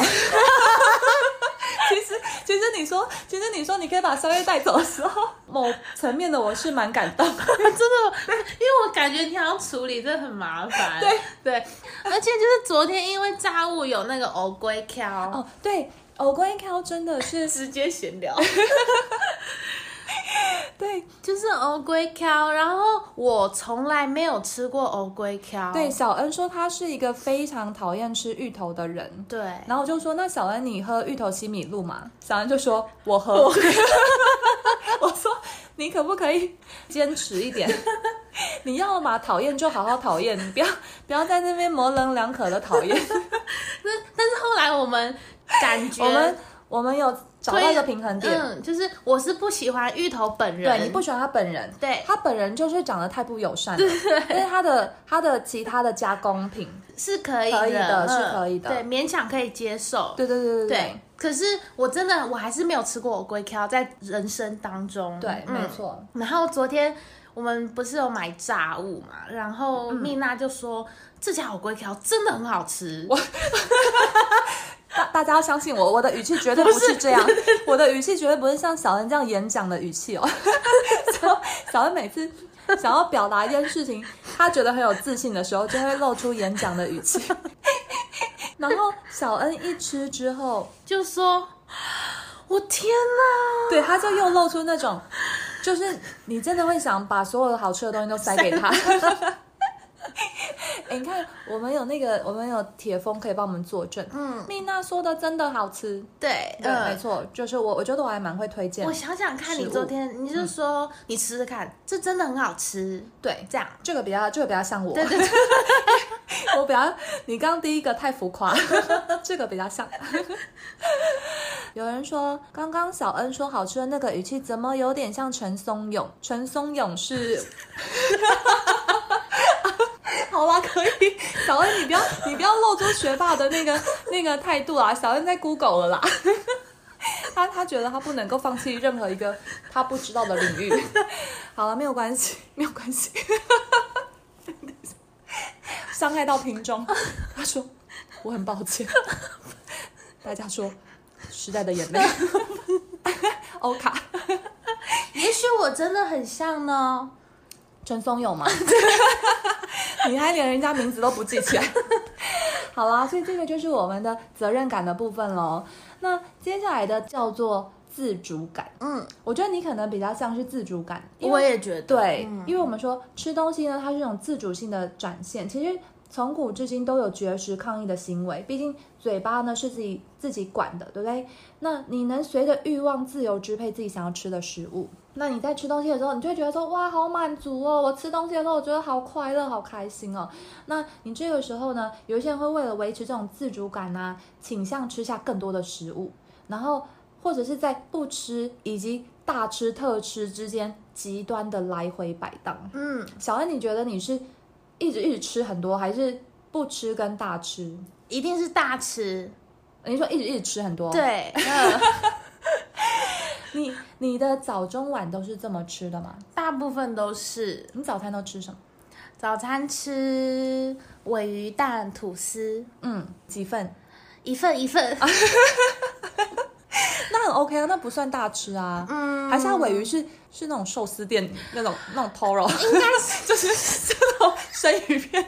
B: 其实其实你说其实你说你可以把宵夜带走的时候，某层面的我是蛮感动的。
A: 真的，因为我感觉你好像处理真的很麻烦，对对，而且就是昨天因为炸物有那个藕龟壳，
B: 哦，对，偶龟 Q 真的是
A: 直接闲聊，
B: 对
A: 就是欧龟壳，然后我从来没有吃过欧龟壳。
B: 对，小恩说他是一个非常讨厌吃芋头的人，
A: 对，
B: 然后我就说那小恩你喝芋头西米露嘛？小恩就说我喝， 我说你可不可以坚持一点？ 你要嘛讨厌就好好讨厌，你不要不要在那边模棱两可的讨厌。
A: 但但是后来我们感觉
B: 我们我们有找到一个平衡点，
A: 嗯，就是我是不喜欢芋头本人，
B: 对你不喜欢他本人，
A: 对
B: 他本人就是长得太不友善了，但是他的他的其他的加工品，
A: 是可以
B: 可以的
A: 嗯
B: 是可以的
A: 对，勉强可以接受。
B: 对对对对
A: 对，可是我真的我还是没有吃过我龟壳，在人生当中。
B: 对，
A: 嗯
B: 没。错。
A: 然后昨天我们不是有买炸物嘛，然后
B: 嗯
A: 蜜娜就说、这家火龟壳真的很好吃。我
B: 大大家要相信我，我的语气绝对不是这样，我的语气绝对不是像小恩这样演讲的语气哦。 小小恩每次想要表达一件事情，他觉得很有自信的时候，就会露出演讲的语气。 然后小恩一吃之后，
A: 就说，我天哪！
B: 对他就又露出那种，就是你真的会想把所有的好吃的东西都塞给他。 哎，你看，我们有那个，我们有铁峰可以帮我们作证。嗯，蜜娜说的真的好吃，
A: 对，
B: 对，
A: 嗯
B: 没。错，就是我，我觉得我还蛮会推荐
A: 我。想想看，
B: 食
A: 你
B: 物
A: 昨天你就说、你吃吃看，这真的很好吃。
B: 对，
A: 这样，
B: 这个比较，这个比较像我。
A: 对对对，
B: 我比较，你刚刚第一个太浮夸， 这个比较像。 有人说，刚刚小恩说好吃的那个语气，怎么有点像陈松勇？陈松勇 是。好啦，可以，小恩，你不要，你不要露出学霸的那个那个态度啊！小恩在 Google 了啦， 他他觉得他不能够放弃任何一个他不知道的领域。好了，没有关系，没有关系，伤害到听众。 他说：“我很抱歉。”大家说：“时代的眼泪。” 欧卡，
A: 也许我真的很像呢。
B: 陈松勇吗？ 你还连人家名字都不记起来。 好啦，所以这个就是我们的责任感的部分喽。那接下来的叫做自主感，
A: 嗯，
B: 我觉得你可能比较像是自主感，因为
A: 我也觉得。
B: 对，
A: 嗯
B: 因为我们说吃东西呢，它是一种自主性的展现。其实从古至今都有绝食抗议的行为，毕竟嘴巴呢是自己自己管的，对不对？那你能随着欲望自由支配自己想要吃的食物。那你在吃东西的时候，你就会觉得说哇，好满足哦！我吃东西的时候，我觉得好快乐，好开心哦。那你这个时候呢，有一些人会为了维持这种自主感呢、倾向吃下更多的食物，然后或者是在不吃以及大吃特吃之间极端的来回摆荡。
A: 嗯，
B: 小恩，你觉得你是一直一直吃很多，还是不吃跟大吃？
A: 一定是大吃。
B: 你说一直一直吃很多，，
A: 对，嗯
B: 你你的早中晚都是这么吃的吗？
A: 大部分都是。
B: 你早餐都吃什么？
A: 早餐吃尾鱼蛋吐司，
B: 嗯，几份？
A: 一份一份。
B: 那很 OK 啊，那不算大吃啊。
A: 嗯，
B: 还是它尾鱼是是那种寿司店那种那种 Toro，应该是 就是这种生鱼片，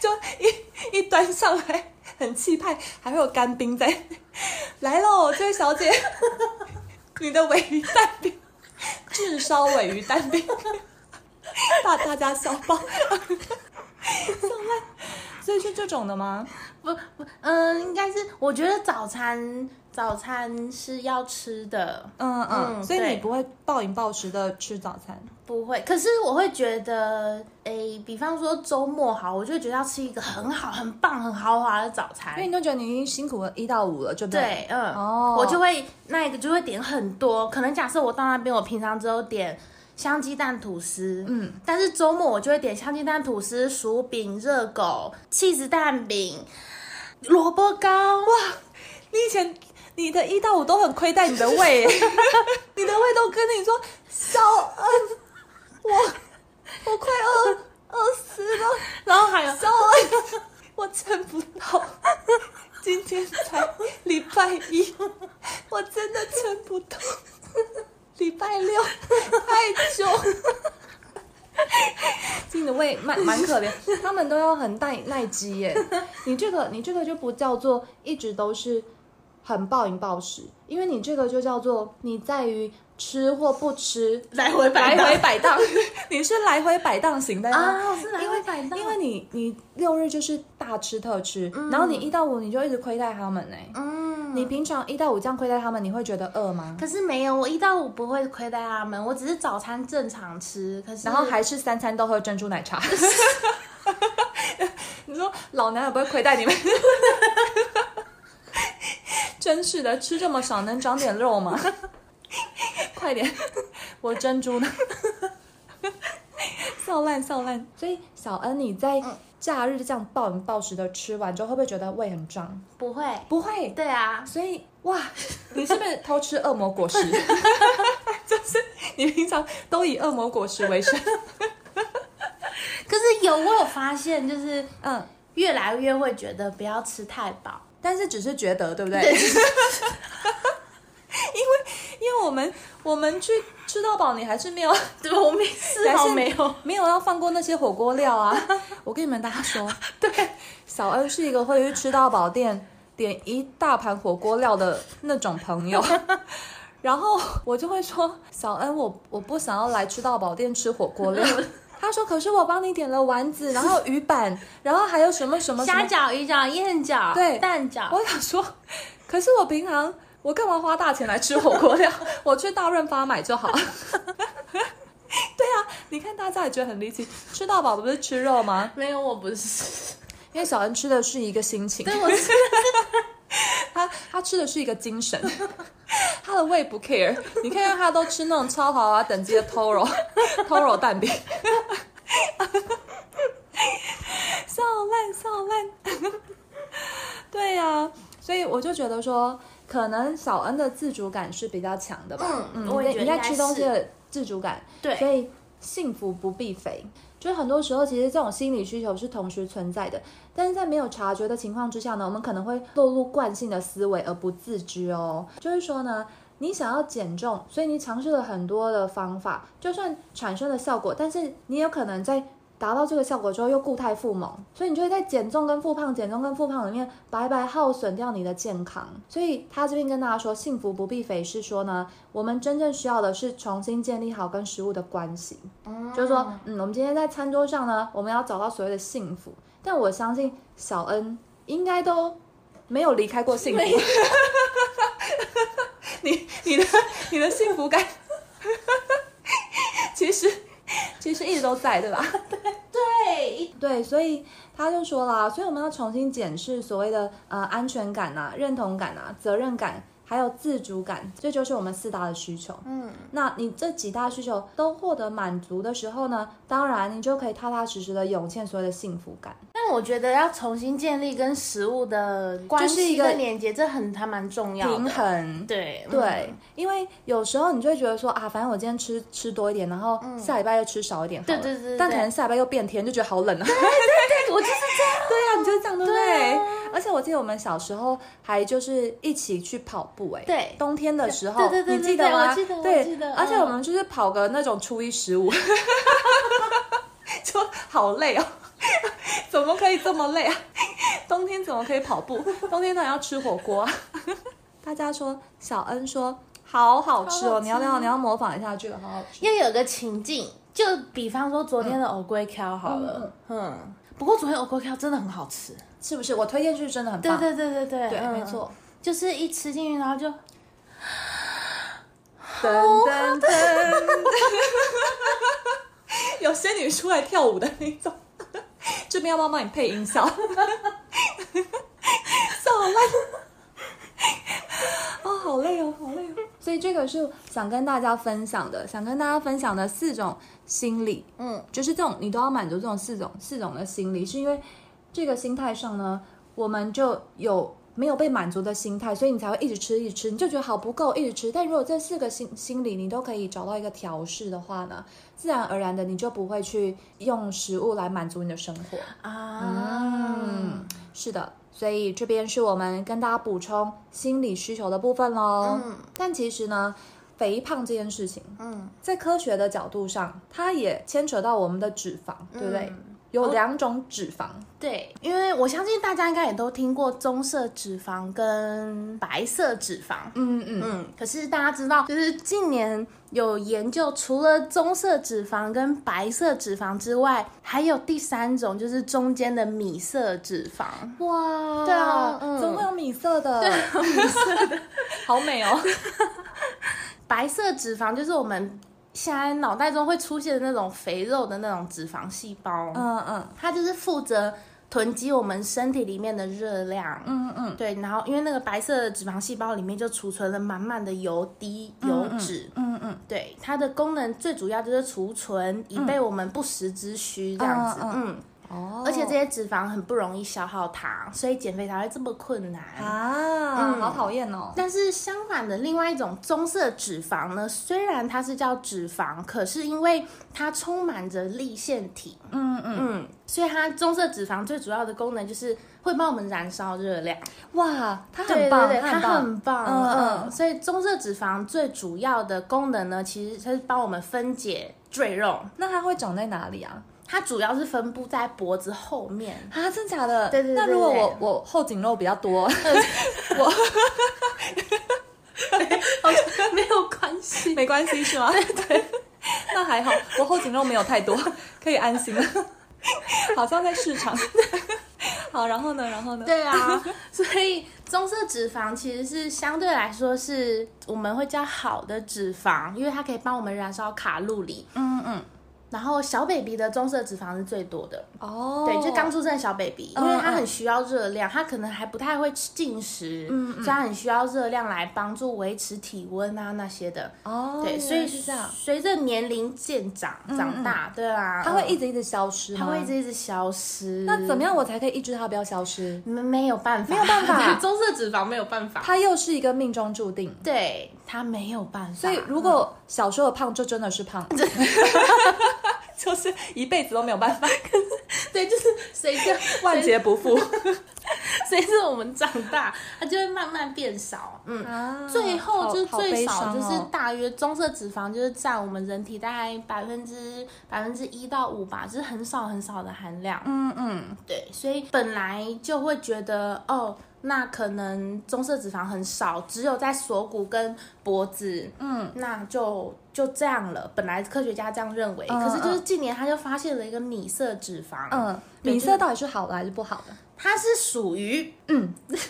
B: 就一一端上来很气派，还会有干冰在。来喽，这位小 姐，你的尾鱼蛋饼，炙烧尾鱼蛋饼，大大家笑爆，笑烂。所以是这种的吗？
A: 不不，嗯，应该是我觉得早餐早餐是要吃的，
B: 嗯嗯，
A: 嗯
B: 所以
A: 对
B: 你不会暴饮暴食的吃早餐。
A: 不会。可是我会觉得，诶，比方说周末好，我就会觉得要吃一个很好、很棒、很豪华的早
B: 因为
A: 餐。
B: 你都觉得你已经辛苦了一到五了，对不对？
A: 对，嗯，
B: 哦
A: 我就会那一个就会点很多，可能假设我到那边，我平常只有点香鸡蛋吐司，
B: 嗯，
A: 但是周末我就会点香鸡蛋吐司、薯饼、热狗、气质蛋饼、萝卜糕。哇，
B: 你以前你的一到五都很亏待你的胃耶，你的胃都跟你说小恩，我我快饿饿死了，
A: 然后还有
B: 小恩，我撑不到，今天才礼拜一，我真的撑不到，礼拜六太久。你的胃蛮蛮 可怜，他们都要很耐耐饥耶。你这个你这个就不叫做一直都是很暴饮暴食，因为你这个就叫做你在于吃或不吃，
A: 来回
B: 来
A: 摆荡
B: 回摆荡， 你是来回摆荡型的呀。
A: 啊，我是来
B: 因为
A: 回摆荡，
B: 因为你你六日就是大吃特吃，然后你一到五你就一直亏待他们呢、
A: 嗯，
B: 你平常一到五这样亏待他们，你会觉得饿吗？
A: 可是没有，我一到五不会亏待他们，我只是早餐正常吃，可是
B: 然后还是三餐都喝珍珠奶茶。 你说老娘也不会亏待你们， 真是的，吃这么少能长点肉吗？ 快点，我珍珠呢？ 笑烂笑烂。所以小恩，你在假日这样暴饮暴食的吃完之后，会不会觉得胃很胀？
A: 不会，
B: 不会，
A: 对啊，
B: 所以哇，你是不是偷吃恶魔果实？ 就是你平常都以恶魔果实为生。
A: 可是有我有发现，就是
B: 嗯，
A: 越来越会觉得不要吃太饱，
B: 但是只是觉得，对不 对？因为因为我们我们去吃到饱，你还是没有，
A: 对，我没吃
B: 还
A: 好
B: 是
A: 没有，
B: 没有要放过那些火锅料啊！ 我跟你们大家说，对，小恩是一个会去吃到饱店点一大盘火锅料的那种朋 友。然后我就会说，小恩，我我不想要来吃到饱店吃火锅 料。他说，可是我帮你点了丸子，然后鱼板，然后还有什么什么什么
A: 虾饺、鱼饺、燕饺、
B: 对
A: 蛋饺，
B: 我想说， 可是我平常我干嘛花大钱来吃火锅料？ 我去大润发买就好。 对啊，你看大家也觉得很离奇，吃到饱不是吃肉吗？
A: 没有，我不是，
B: 因为小恩吃的是一个心情，
A: 对，我 是
B: 他他吃的是一个精神， 他的胃不 care。你看看他都吃那种超豪华等级的 Toro Toro 蛋饼， 笑烂笑烂。对呀、所以我就觉得说，可能小恩的自主感是比较强的吧。
A: 嗯
B: 嗯，
A: 我也觉得
B: 你在
A: 应该
B: 吃东西
A: 是
B: 的自主感，
A: 对
B: 所以幸福不必肥。就是很多时候，其实这种心理需求是同时存在的，但是在没有察觉的情况之下呢，我们可能会落入惯性的思维而不自知哦。就是说呢，你想要减重，所以你尝试了很多的方法，就算产生了效果，但是你有可能在达到这个效果之后又固态复萌，所以你就会在减重跟复胖、减重跟复胖里面白白耗损掉你的健康。所以他这边跟大家说，幸福不必肥是说呢，我们真正需要的是重新建立好跟食物的关系。就是说，嗯，我们今天在餐桌上呢，我们要找到所谓的幸福。但我相信小恩应该都没有离 开过幸福。你你的你的幸福感， 其实其实一直都在，对吧？
A: 对，
B: 对，所以他就说啦，所以我们要重新检视所谓的呃安全感呐、认同感呐、责任感，还有自主感，这就是我们四大的需求。
A: 嗯，
B: 那你这几大需求都获得满足的时候呢，当然你就可以踏踏实实的涌现所谓的幸福感。
A: 但我觉得要重新建立跟食物的关
B: 就是
A: 系
B: 一个
A: 跟连接，这很还蛮重要
B: 平
A: 的，
B: 衡。
A: 对嗯
B: 对，因为有时候你就会觉得说啊，反正我今天吃吃多一点，然后下礼拜又吃少一点好了，
A: 嗯对对对对
B: 但可能下礼拜又变天，就觉得好冷啊。
A: 对，我就是这样，
B: 对啊，你就是这样，对不对？
A: 对啊
B: 而且我记得我们小时候还就是一起去跑步、哎，
A: 对
B: 冬天的时候，
A: 对对对
B: 你
A: 对
B: 记得
A: 对
B: 吗？
A: 我记得我
B: 对
A: 记得
B: 而且
A: 嗯
B: 我们就是跑个那种初一十五， 就好累哦， 怎么可以这么累啊？冬天怎么可以跑步？冬天当然要吃火锅、啊。 大家说，小恩说。好好吃哦！
A: 好好吃
B: 你要不要？你要模仿一下这个，好好吃。
A: 要有个情境，就比方说昨天的藕龟壳好了，嗯，不过昨天藕龟壳真的很好吃，
B: 是不是？我推荐是真的很
A: 对
B: 棒。
A: 对对对对，
B: 对，
A: 嗯
B: 没错。
A: 就是一吃进去，然后就
B: 噔噔噔， 有仙女出来跳舞的那种。 这边要不要帮你配音效？ 笑烂。 哦，好累哦，好累哦。所以这个是想跟大家分享的，想跟大家分享的四种心理，
A: 嗯，
B: 就是这种你都要满足这种四种四种的心理，是因为这个心态上呢，我们就有没有被满足的心态，所以你才会一直吃，一直吃，你就觉得好不够，一直吃。但如果这四个心心理你都可以找到一个调试的话呢，自然而然的你就不会去用食物来满足你的生活。
A: 啊，
B: 嗯，是的，所以这边是我们跟大家补充心理需求的部分喽。
A: 嗯
B: 但其实呢，肥胖这件事情，
A: 嗯，
B: 在科学的角度上，它也牵扯到我们的脂肪，对不对？
A: 嗯
B: 有两种脂肪，
A: 对，因为我相信大家应该也都听过棕色脂肪跟白色脂肪。
B: 嗯嗯
A: 嗯，可是大家知道，就是近年有研究，除了棕色脂肪跟白色脂肪之外，还有第三种，就是中间的米色脂肪。
B: 哇，
A: 嗯对啊嗯
B: 怎么会有米色的？ 对，米色的，好美哦。
A: 白色脂肪就是我们现在脑袋中会出现的那种肥肉的那种脂肪细胞，
B: 嗯嗯
A: 它就是负责囤积我们身体里面的热量。
B: 嗯嗯，
A: 对，然后因为那个白色的脂肪细胞里面就储存了满满的油滴、油脂，
B: 嗯嗯，
A: 对它的功能最主要就是储存，以备我们不时之需这样子。
B: 嗯
A: 嗯，
B: 哦，
A: 而且这些脂肪很不容易消耗它，所以减肥才会这么困难。
B: 啊，
A: 嗯
B: 好讨厌哦。
A: 但是相反的，另外一种棕色脂肪呢，虽然它是叫脂肪，可是因为它充满着立腺体，
B: 嗯嗯，
A: 嗯，所以它棕色脂肪最主要的功能就是会帮我们燃烧热量，
B: 哇，它
A: 对
B: 很棒，
A: 对对，它
B: 棒。
A: 很棒，
B: 嗯
A: 嗯
B: 嗯
A: 嗯，所以棕色脂肪最主要的功能呢，其实它是帮我们分解赘肉，
B: 那它会长在哪里啊？
A: 它主要是分布在脖子 后面，
B: 啊，真假的？
A: 对对对
B: 那如果
A: 对
B: 我我后颈肉比较多，我
A: 没有关系，
B: 没关系是吗？对 对，那还好，我后颈肉没有太多， 可以安 心了。好像在市场。 好，然后呢？然后呢？
A: 对啊， 所以棕色脂肪其实是相对来说是我们会叫好的脂肪，因为它可以帮我们燃烧卡路里。
B: 嗯嗯，
A: 然后小 baby 的棕色脂肪是最多的，
B: 哦，
A: 对，就刚出生的小 baby，因
B: 嗯
A: 为他很需要热量，他可能还不太会吃进食，嗯所以他很需要热量来帮助维持体温啊那些的。
B: 哦，
A: 对，所
B: 原
A: 以嗯
B: 来是这样，嗯
A: 随着年龄渐长长大，对啊，
B: 它会
A: 嗯
B: 一直一直消失吗？
A: 它会一直一直消失。
B: 那怎么样我才可以抑制它不要消失？
A: 没没有办法，没
B: 有办法
A: 棕色脂肪没有办法。
B: 它又是一个命中注定。
A: 对他没有办法。
B: 所以，如
A: 嗯
B: 果小时候胖，就真的是 胖， 就是一辈子都没有办法，
A: 对，就是随着
B: 万劫不复。
A: 随着我们长大，它就会慢慢变少。嗯，
B: 啊
A: 最后就是最少
B: 好
A: 就是
B: 好悲伤哦
A: 大约棕色脂肪就是占我们人体大概百分之百分之一到五吧，就是很少很少的含量。
B: 嗯嗯，
A: 对，所以本来就会觉得哦，那可能棕色脂肪很少，只有在锁骨跟脖子，嗯，那就就这样了。本来科学家这样认为，
B: 嗯
A: 可是就是近年他就发现了一个米色脂肪，
B: 嗯，
A: 对
B: 米
A: 就
B: 色
A: 是
B: 到底是好的还是不好的？
A: 它是属于嗯， 就是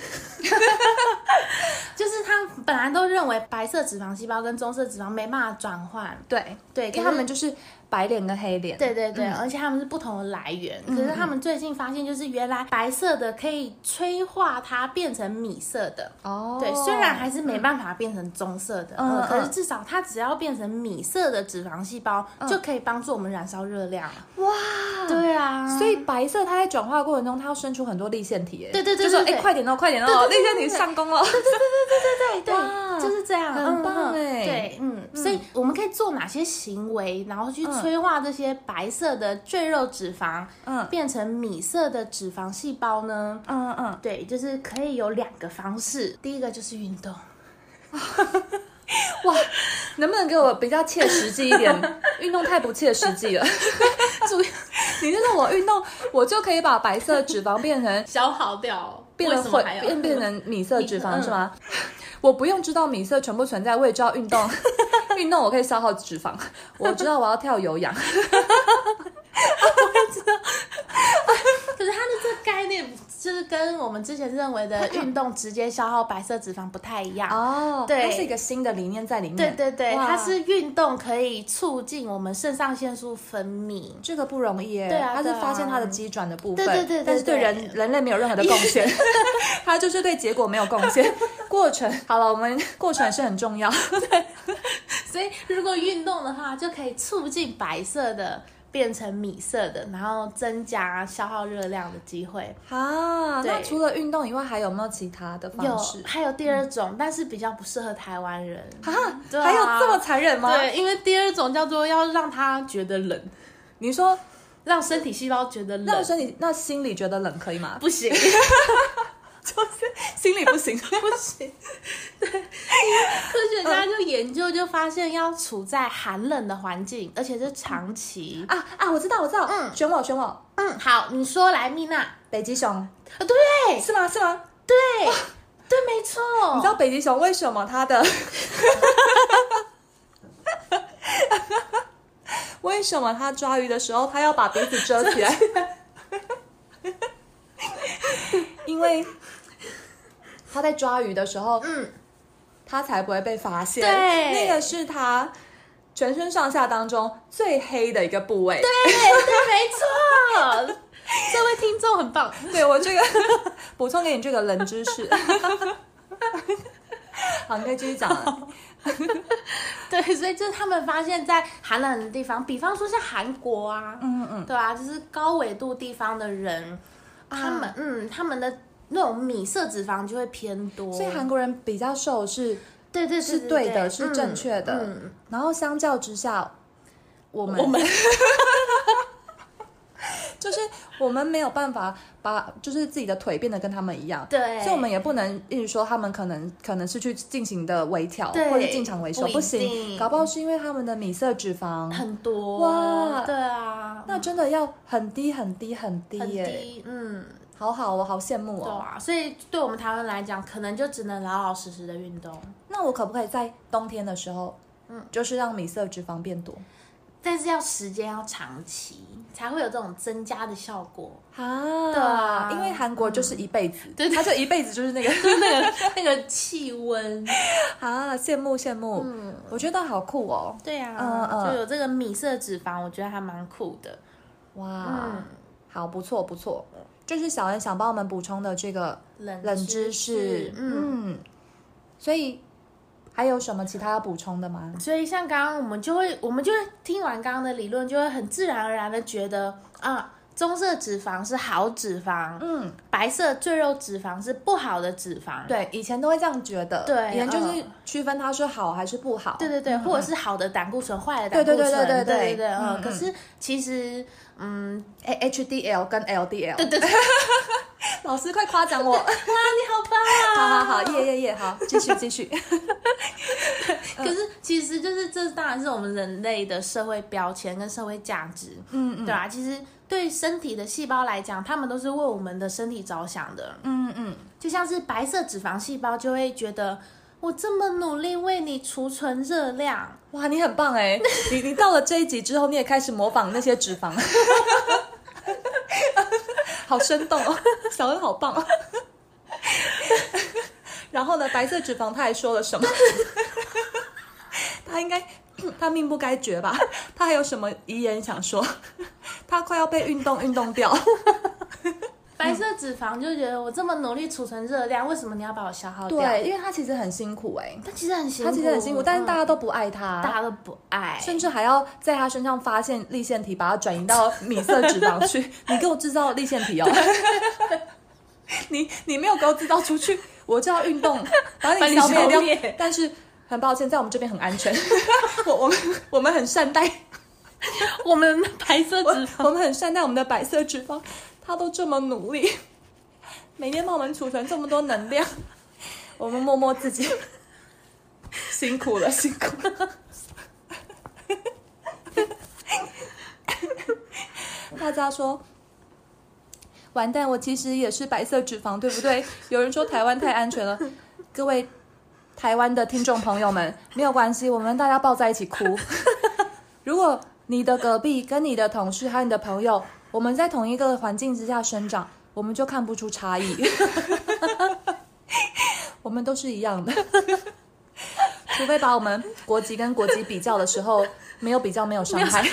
A: 他本来都认为白色脂肪细胞跟棕色脂肪没办法转换，
B: 对，
A: 对，
B: 因为
A: 可
B: 他
A: 是
B: 们就是嗯白脸跟黑脸。
A: 对对对，而且他们是不同的来源。
B: 嗯
A: 可是他们最近发现，就是原来白色的可以催化它变成米色的。
B: 哦，
A: 对，虽然还是没办法变成棕色的，
B: 嗯
A: 嗯，可是
B: 嗯
A: 至少它只要变成米色的脂肪细胞，就可以帮助我们燃烧热量。
B: 哇，
A: 对啊，
B: 所以白色它在转化的过程中，它要生出很多立腺体耶。
A: 对对对
B: 就说
A: 对对
B: 哎，快点哦，快点哦，立腺体上工了。
A: 对
B: 哇
A: 对，就是这样，
B: 很
A: 嗯
B: 棒
A: 嗯
B: 哎
A: 对，嗯，所以我们可以做哪些行为，然后去
B: 嗯
A: 催化这些白色的赘肉脂肪
B: 嗯
A: 变成米色的脂肪细胞呢？
B: 嗯嗯，
A: 对，就是可以有两个方式。第一个就是运动，
B: 哇，能不能给我比较切实际一 点？运动太不切实际了。主要 你就是我运动，我就可以把白色脂肪变成
A: 消耗掉，
B: 变得混 变变成米色脂肪
A: 嗯
B: 是吗？ 我不用知道米色存不存在，我也知道运 动，运动我可以消耗脂肪， 我知道我要跳有氧，
A: 可是它的这个概念就是跟我们之前认为 的运动直接消耗白色脂肪不太一样。
B: 哦，
A: 对
B: 它是一个新的理念在里面，
A: 对对对，
B: 哇
A: 它是运动可以促进我们肾上腺素分泌。
B: 这个不容易耶，
A: 对啊
B: 它是
A: 对啊
B: 发现它的机转的部分，
A: 对对对对
B: 但是对
A: 对
B: 人人类没有任何的贡献，它就是对结果没有贡 献，过程好了，我们过程是很重要，
A: 所以如果运动的话，就可以促进白色的变成米色的，然后增加消耗热量的机会。
B: 啊， 那
A: 对
B: 除了运动以外，还有没有其他的
A: 有
B: 方 式，？
A: 还有第二种，但是比较不适合台湾人。
B: 啊，
A: 对啊
B: 还有这么残忍吗？
A: 对，因为第二种叫做要让他觉得冷，
B: 你说
A: 让身体细胞觉得
B: 那
A: 冷，
B: 身体那心里觉得冷可以吗？
A: 不行
B: 心里不行，
A: 不行。对，因为科学家就研究就发现，要处在寒冷的环境，而且是长期。
B: 啊啊！我知道，我知道，
A: 嗯
B: 选我，选我，
A: 嗯，好，你说来，蜜娜，
B: 北极熊
A: 呃对
B: 是吗？是吗？
A: 对对，没错，
B: 你知道北极熊为什么它的 为什么它抓鱼的时候它要把鼻子遮起来？ 因为它在抓鱼的时候，
A: 嗯，
B: 它才不会被发现。
A: 对
B: 那个是它全身上下当中最黑的一个部位。
A: 对对，没错，这位听众很棒，
B: 对我这个补充给你这个冷知识。 好，你可以继续讲了。
A: 对，所以就是他们发现，在寒冷的地方，比方说像韩国啊，
B: 嗯嗯，
A: 对啊，就是高纬度地方的人，他
B: 啊
A: 们嗯，他们的那种米色脂肪就会偏多，
B: 所以韩国人比较瘦是，
A: 对对
B: 是
A: 对
B: 对的是正确的
A: 嗯
B: 然后相较之下，我们
A: 我们
B: 就是我们没有办法把就是自己的腿变得跟他们一样。
A: 对，
B: 所以我们也不能一直说他们可能可能是去进行的微调
A: 对
B: 或者进场维修，
A: 不一
B: 不行，
A: 定
B: 搞不好是因为他们的米色脂肪，
A: 很多
B: 哇
A: 对啊，
B: 那真的要很低很低很低
A: 很
B: 耶、
A: 低，嗯，
B: 好好哦，好羡慕
A: 对
B: 哦。
A: 啊，所以对我们台湾来讲，可能就只能老老实实的运动。
B: 那我可不可以在冬天的时候，嗯，就是让米色脂肪变多
A: 但是要时间要长期才会有这种增加的效 果，
B: 啊？
A: 对啊
B: 因为韩国就是一辈子，
A: 对对
B: 他就一辈子就是那个
A: 就是那个那个气温，
B: 啊，羡慕羡慕，
A: 嗯，
B: 我觉得好酷哦，
A: 对啊，
B: 嗯嗯
A: 就有这个米色脂肪，我觉得还蛮酷的，
B: 哇，
A: 嗯，
B: 好不错不错，这是小恩想帮我们补充的这个
A: 冷
B: 冷
A: 知
B: 知识，
A: 嗯。
B: 嗯，所以还有什么其他要补充的吗？
A: 所以像刚刚我们就会，我们就会听完刚刚的理论，就会很自然而然的觉得啊，棕色脂肪是好脂肪，
B: 嗯，
A: 白色赘肉脂肪是不好的脂肪。
B: 对，以前都会这样觉得，
A: 对
B: 以前就是
A: 嗯
B: 区分它是好还是不好，
A: 对对对，
B: 嗯
A: 或者是好的胆固醇、坏的胆固
B: 对
A: 醇，
B: 对对对
A: 对
B: 对对
A: 对嗯。
B: 嗯
A: 可是其实，嗯，
B: A HDL 跟 LDL，
A: 对对对，
B: 老师快夸 奖我，
A: 你
B: 好
A: 好棒
B: 好
A: 啊！
B: 好，耶耶耶，好，继续继 续，嗯
A: 可是其实就是这当然是我们人类的社会标签跟社会价值，
B: 嗯
A: 对啊，其实对身体的细胞来讲，他们都是为我们的身体着想的。
B: 嗯嗯，
A: 就像是白色脂肪细胞就会觉得，我这么努力为你储存热量，
B: 哇，你很棒
A: 欸
B: 哎，你你到了这一集之后，你也开始模仿那些脂肪， 好生动哦，小恩好棒哦。然后呢，白色脂肪他还说了什么？他应该 他命不该绝吧？他还有什么遗言想说？他快要被运动运动掉。
A: 白色脂肪就觉得我这么努力储存热量，为什么你要把我消耗掉？，，
B: 因为他其实很辛苦哎，
A: 但其实很辛苦，
B: 他其实很辛苦，但是大
A: 嗯
B: 家都不爱他，
A: 大家都不爱，
B: 甚至还要在他身上发现立腺体，把它转移到米色脂肪去。 你给我制造立腺体哦！ 你你没有给我制造出去，我就要运 动把
A: 把
B: 你
A: 你
B: 消灭
A: 消
B: 掉。
A: 灭
B: 但是很抱歉，在我们这边很安全， 我我们我们很善待，
A: 我们白色
B: 我
A: 脂肪
B: 我们很善待我们的白色脂肪，他都这么努力， 每天帮我们储存这么多能量，我们摸摸自己， 辛苦了，辛苦了。大家说，完蛋，我其实也是白色脂肪，对不对？有人说台湾太安全了，各位台湾的听众朋友们，没有关系，我们大家抱在一起哭。如果你的隔壁跟你的同事还有你的朋友，我们在同一个环境之下生长，我们就看不出差异， 我们都是一样的。除非把我们国籍跟国籍比较的时候，没有比较没有伤害。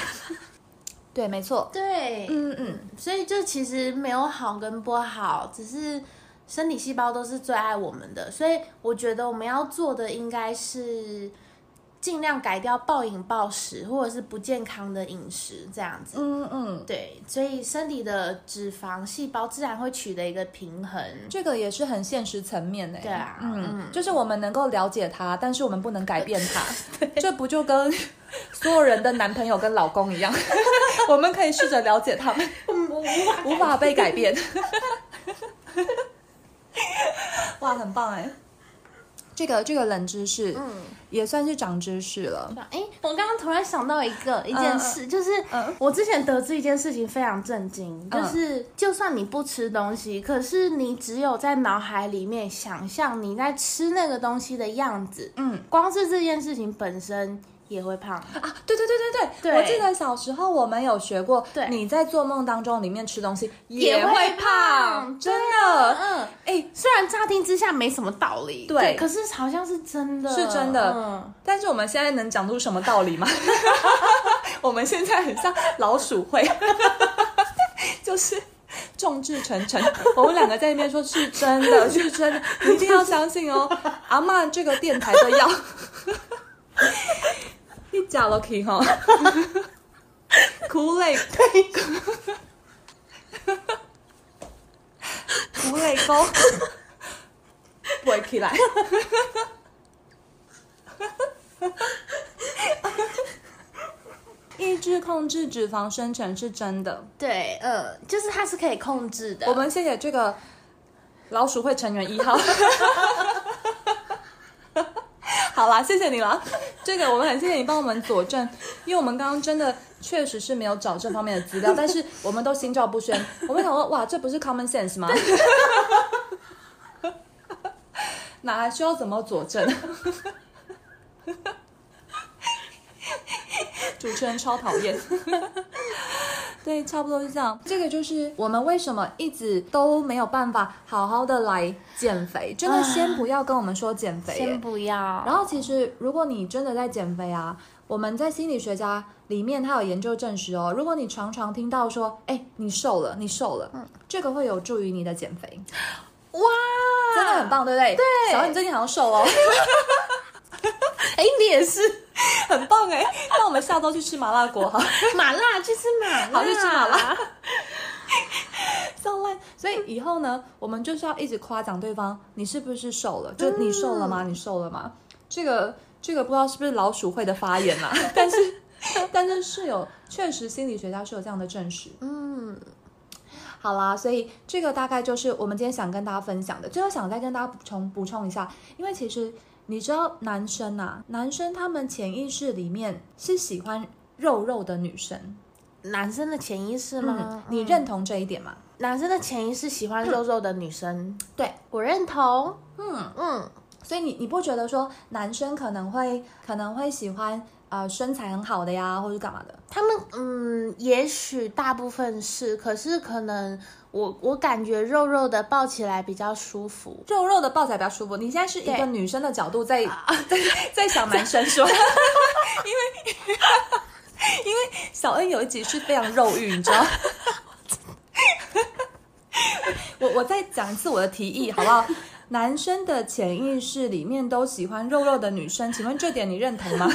B: 对，没错。
A: 对，
B: 嗯嗯，
A: 所以就其实没有好跟不好，只是身体细胞都是最爱我们的，所以我觉得我们要做的应该是尽量改掉暴饮暴食或者是不健康的饮食这样子。
B: 嗯嗯，
A: 对，所以身体的脂肪细胞自然会取得一个平衡。
B: 这个也是很现实层面的。
A: 对啊
B: 嗯
A: 嗯，
B: 就是我们能够了解他，但是我们不能改变 他。这不就跟 所有人的男朋友跟老公一样？ 我们可以试着了解他们，
A: 无法
B: 嗯无法被改 变。哇，欸很棒哎！这个这个冷知识
A: 嗯，
B: 也算是长知识了。
A: 哎，我刚刚突然想到一个一件事，就是
B: 嗯
A: 我之前得知一件事情非常震惊，就是就算你不吃东西，可是你只有在脑海里面想象你在吃那个东西的样子，
B: 嗯，
A: 光是这件事情本身也会胖。
B: 啊，对对对对对，
A: 对
B: 我记得小时候我们有学过，
A: 对
B: 你在做梦当中里面吃东西
A: 也会
B: 会
A: 胖
B: 真的，
A: 嗯，
B: 哎，
A: 虽然乍听之下没什么道理，
B: 对
A: 可是好像是真的，
B: 是真的
A: 嗯，
B: 但是我们现在能讲出什么道理吗？我们现在很像老鼠会， 就是。众志成城，我们两个在那边说是真的，是真的，你一定要相信哦。阿曼这个电台都要， 你假了 k 哈，苦累，苦累沟，背起来。抑制控制脂肪生成是真的。
A: 对，嗯，就是它是可以控制的。
B: 我们谢谢这个老鼠会成员一号。 好啦，谢谢你了。这个我们很谢谢你帮我们佐证，因为我们刚刚真的确实是没有找这方面的资料，但是我们都心照不宣。我们想说，哇，这不是 common sense 吗？哪还需要怎么佐证？ 主持人超讨厌。 对，差不多是这样。这个就是我们为什么一直都没有办法好好的来减肥，真的先不要跟我们说减肥耶、
A: 先不要，然
B: 然后其实如果你真的在减肥啊，我们在心理学家里面他有研究证实哦，如果你常常听到说，哎，你瘦了，你瘦了，这个会有助于你的减肥，
A: 哇，
B: 真的很棒，对不对？
A: 对
B: 小恩，你最近好像瘦哦，
A: 哎，你也是
B: 很棒哎。那我们下周去吃麻辣锅哈。
A: 麻辣，去吃麻辣，
B: 好去吃麻 辣。上烂。所以以后呢，我们就是要一直夸奖对方，你是不是瘦了？就你瘦了吗？你瘦了吗？这个这个不知道是不是老鼠会的发言啦、但是但是是有确实心理学家是有这样的证实。
A: 嗯，
B: 好啦，所以这个大概就是我们今天想跟大家分享的。最后想再跟大家补充补充一下，因为其实你知道男生啊，男生他们潜意识里面是喜欢肉肉的女生。
A: 男生的潜意识吗？
B: 你
A: 嗯
B: 认同这一点吗？
A: 男生的潜意识喜欢肉肉的女 生，
B: 对，
A: 我认同。
B: 嗯，
A: 嗯，
B: 所以你你不觉得说男生可能会可能会喜欢呃身材很好的呀，或者干嘛的？
A: 他们嗯，也许大部分是，可是可能我我感觉肉肉的抱起来比较舒服。
B: 肉肉的抱起来比较舒服。你现在是一个
A: 对啊
B: 女生的角度在 在在想男生 说，因为 因为小恩有一集是非常肉欲，你知道。 我我再讲一次我的提议好不好？男生的潜意识里面都喜欢肉肉的女生，请问这点你认 同吗？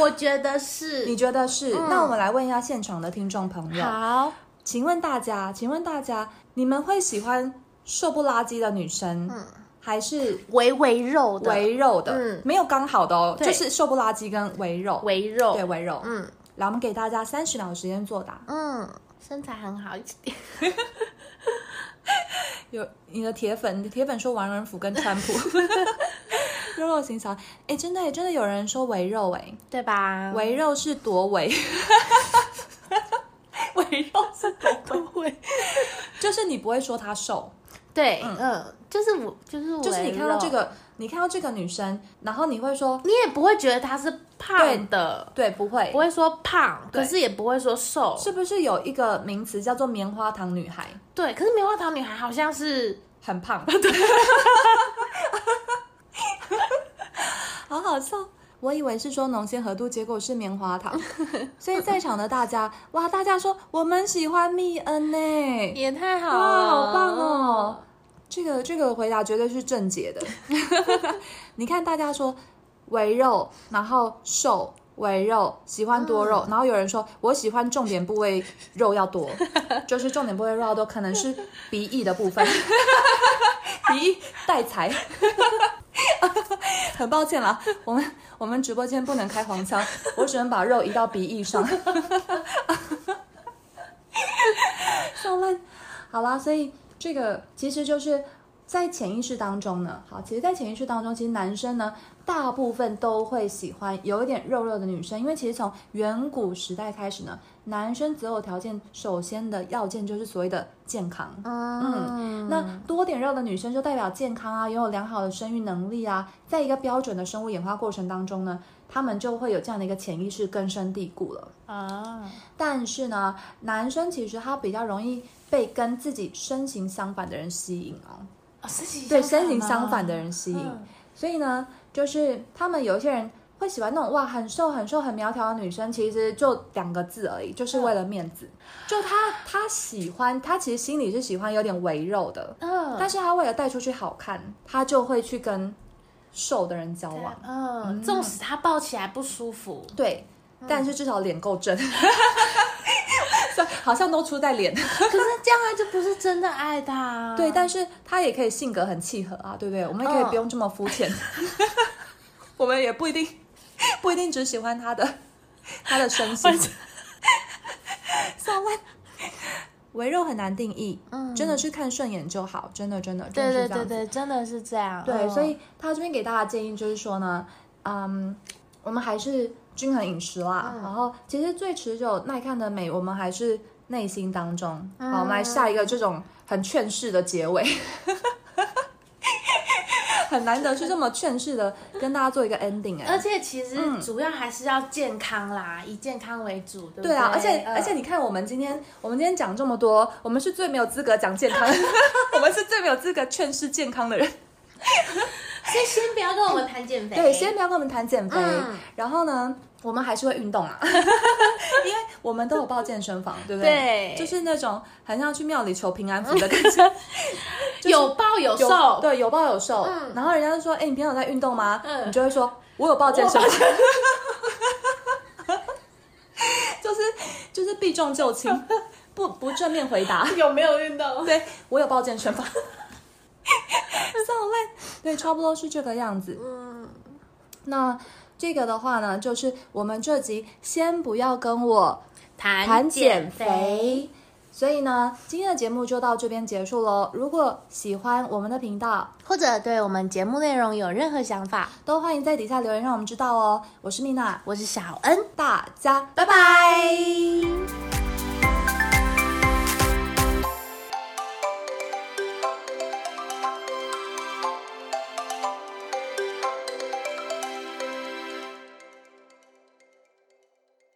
A: 我觉得
B: 你
A: 是。
B: 觉得是？那我们来问一下现场的听众朋友，
A: 嗯好，
B: 请问大家，请问大家，你们会喜欢瘦不拉几的女生，
A: 嗯
B: 还是
A: 微微肉的，
B: 围肉的？
A: 嗯
B: 没有刚好的哦，
A: 对
B: 就是瘦不拉几跟围肉，
A: 微肉，
B: 对围肉。
A: 嗯
B: 来，我们给大家三十秒的时间作答。
A: 嗯，身材很好，一直
B: 有你的铁粉，你的铁粉说王仁甫跟川 普，肉肉型小，哎，真的耶，真的有人说围肉，哎，
A: 对吧？
B: 围肉是多 围，围肉是 多围，就是你不会说她瘦。
A: 对，嗯，就是我，就是我，
B: 就是你看到这，个，你看到这个女生，然后你会说，
A: 你也不会觉得她是胖的，
B: 对，不会，
A: 不会说胖，
B: 对
A: 可是也不会说瘦，
B: 是不是有一个名词叫做棉花糖女孩，
A: 对。可是棉花糖女孩好像是
B: 很胖？ 对，好好笑。我以为是说浓鲜合度，结果是棉花 糖，所以在场的大家，哇，大家说我们喜欢密恩呢，
A: 也太好
B: 哇，
A: 了，
B: 好棒哦！！这个这个回答绝对是正解的。 你看大家说围肉，然后瘦围肉，喜欢多肉，然后有人说我喜欢重点部位肉要多，就是重点部位肉要多，可能是鼻翼的部分，鼻翼带财。 很抱歉啦，我们我们直播间不能开黄腔，我只能把肉移到鼻翼上。 上烂，好啦，所以这个其实就是在潜意识当中呢，好，其实，在潜意识当中，其实男生呢，大部分都会喜欢有一点肉肉的女生，因为其实从远古时代开始呢，男生择偶条件首先的要件就是所谓的健康。
A: 嗯
B: 那多点肉的女生就代表健康啊，拥有良好的生育能力啊，在一个标准的生物演化过程当中呢，他们就会有这样的一个潜意识根深蒂固了。
A: 啊，
B: 但是呢，男生其实他比较容易被跟自己身形相反的人吸引哦，
A: 身形
B: 对身形相反的人吸引。
A: 嗯
B: 所以呢，就是他们有一些人会喜欢那种哇很瘦很瘦很苗条的女生，其实就两个字而已，就是为了面子。就他他喜欢，他其实心里是喜欢有点微肉的，
A: 嗯，
B: 但是他为了带出去好看，他就会去跟瘦的人交往。
A: 嗯，纵使他抱起来不舒 服，
B: 对，
A: 嗯
B: 但是至少脸够正， 好像都出在 脸。
A: 可是这样他就不是真的爱他啊。
B: 对，但是他也可以性格很契合啊，对不对？我们也可以
A: 嗯
B: 不用这么肤 浅，我们也不一定不一定只喜欢他的他的身形。上班围肉很难定义，
A: 嗯
B: 真的去看顺眼就好，真的真的，真的是
A: 对对
B: 这样
A: 对
B: 子
A: 对，真的是这样。
B: 对，
A: 嗯
B: 所以他这边给大家建议就是说呢，嗯，我们还是均衡饮食啦。
A: 嗯
B: 然后其实最持久耐看的美，我们还是内心当中。
A: 嗯
B: 好，我们来下一个这种很劝世的结尾。 很难得是这么劝世的，跟大家做一个 ending 哎、
A: 而且其实主要还是要健康啦，以健康为主，对不
B: 对啊，而且、
A: 嗯
B: 而且你看，我们今天我们今天讲这么多，我们是最没有资格讲健康， 我们是最没有资格劝世健康的人。
A: 所以嗯先不要跟我们谈减肥，
B: 对，先不要跟我们谈减肥，
A: 嗯
B: 然后呢，我们还是会运 动啊，因为我们都有报健 身房，对不
A: 对
B: 就是那种很像去庙里求平安符的 感觉，就是
A: 有抱有瘦，
B: 对，有报有瘦。然后人家就说：“哎，你平常有在运动吗？”
A: 嗯
B: 你就会说：“我有报健身房。” 就是就是避重就轻，不不正面回答。
A: 有没有运动？
B: 对我有报健身房， 上累，对，差不多是这个样子。
A: 嗯，
B: 那这个的话呢，就是我们这集先不要跟我
A: 谈
B: 谈减
A: 减
B: 肥，所以呢，今天的节目就到这边结束喽。如果喜欢我们的频道，
A: 或者对我们节目内容有任何想法，
B: 都欢迎在底下留言，让我们知道哦。我是蜜娜，
A: 我是小恩，
B: 大家
A: 拜拜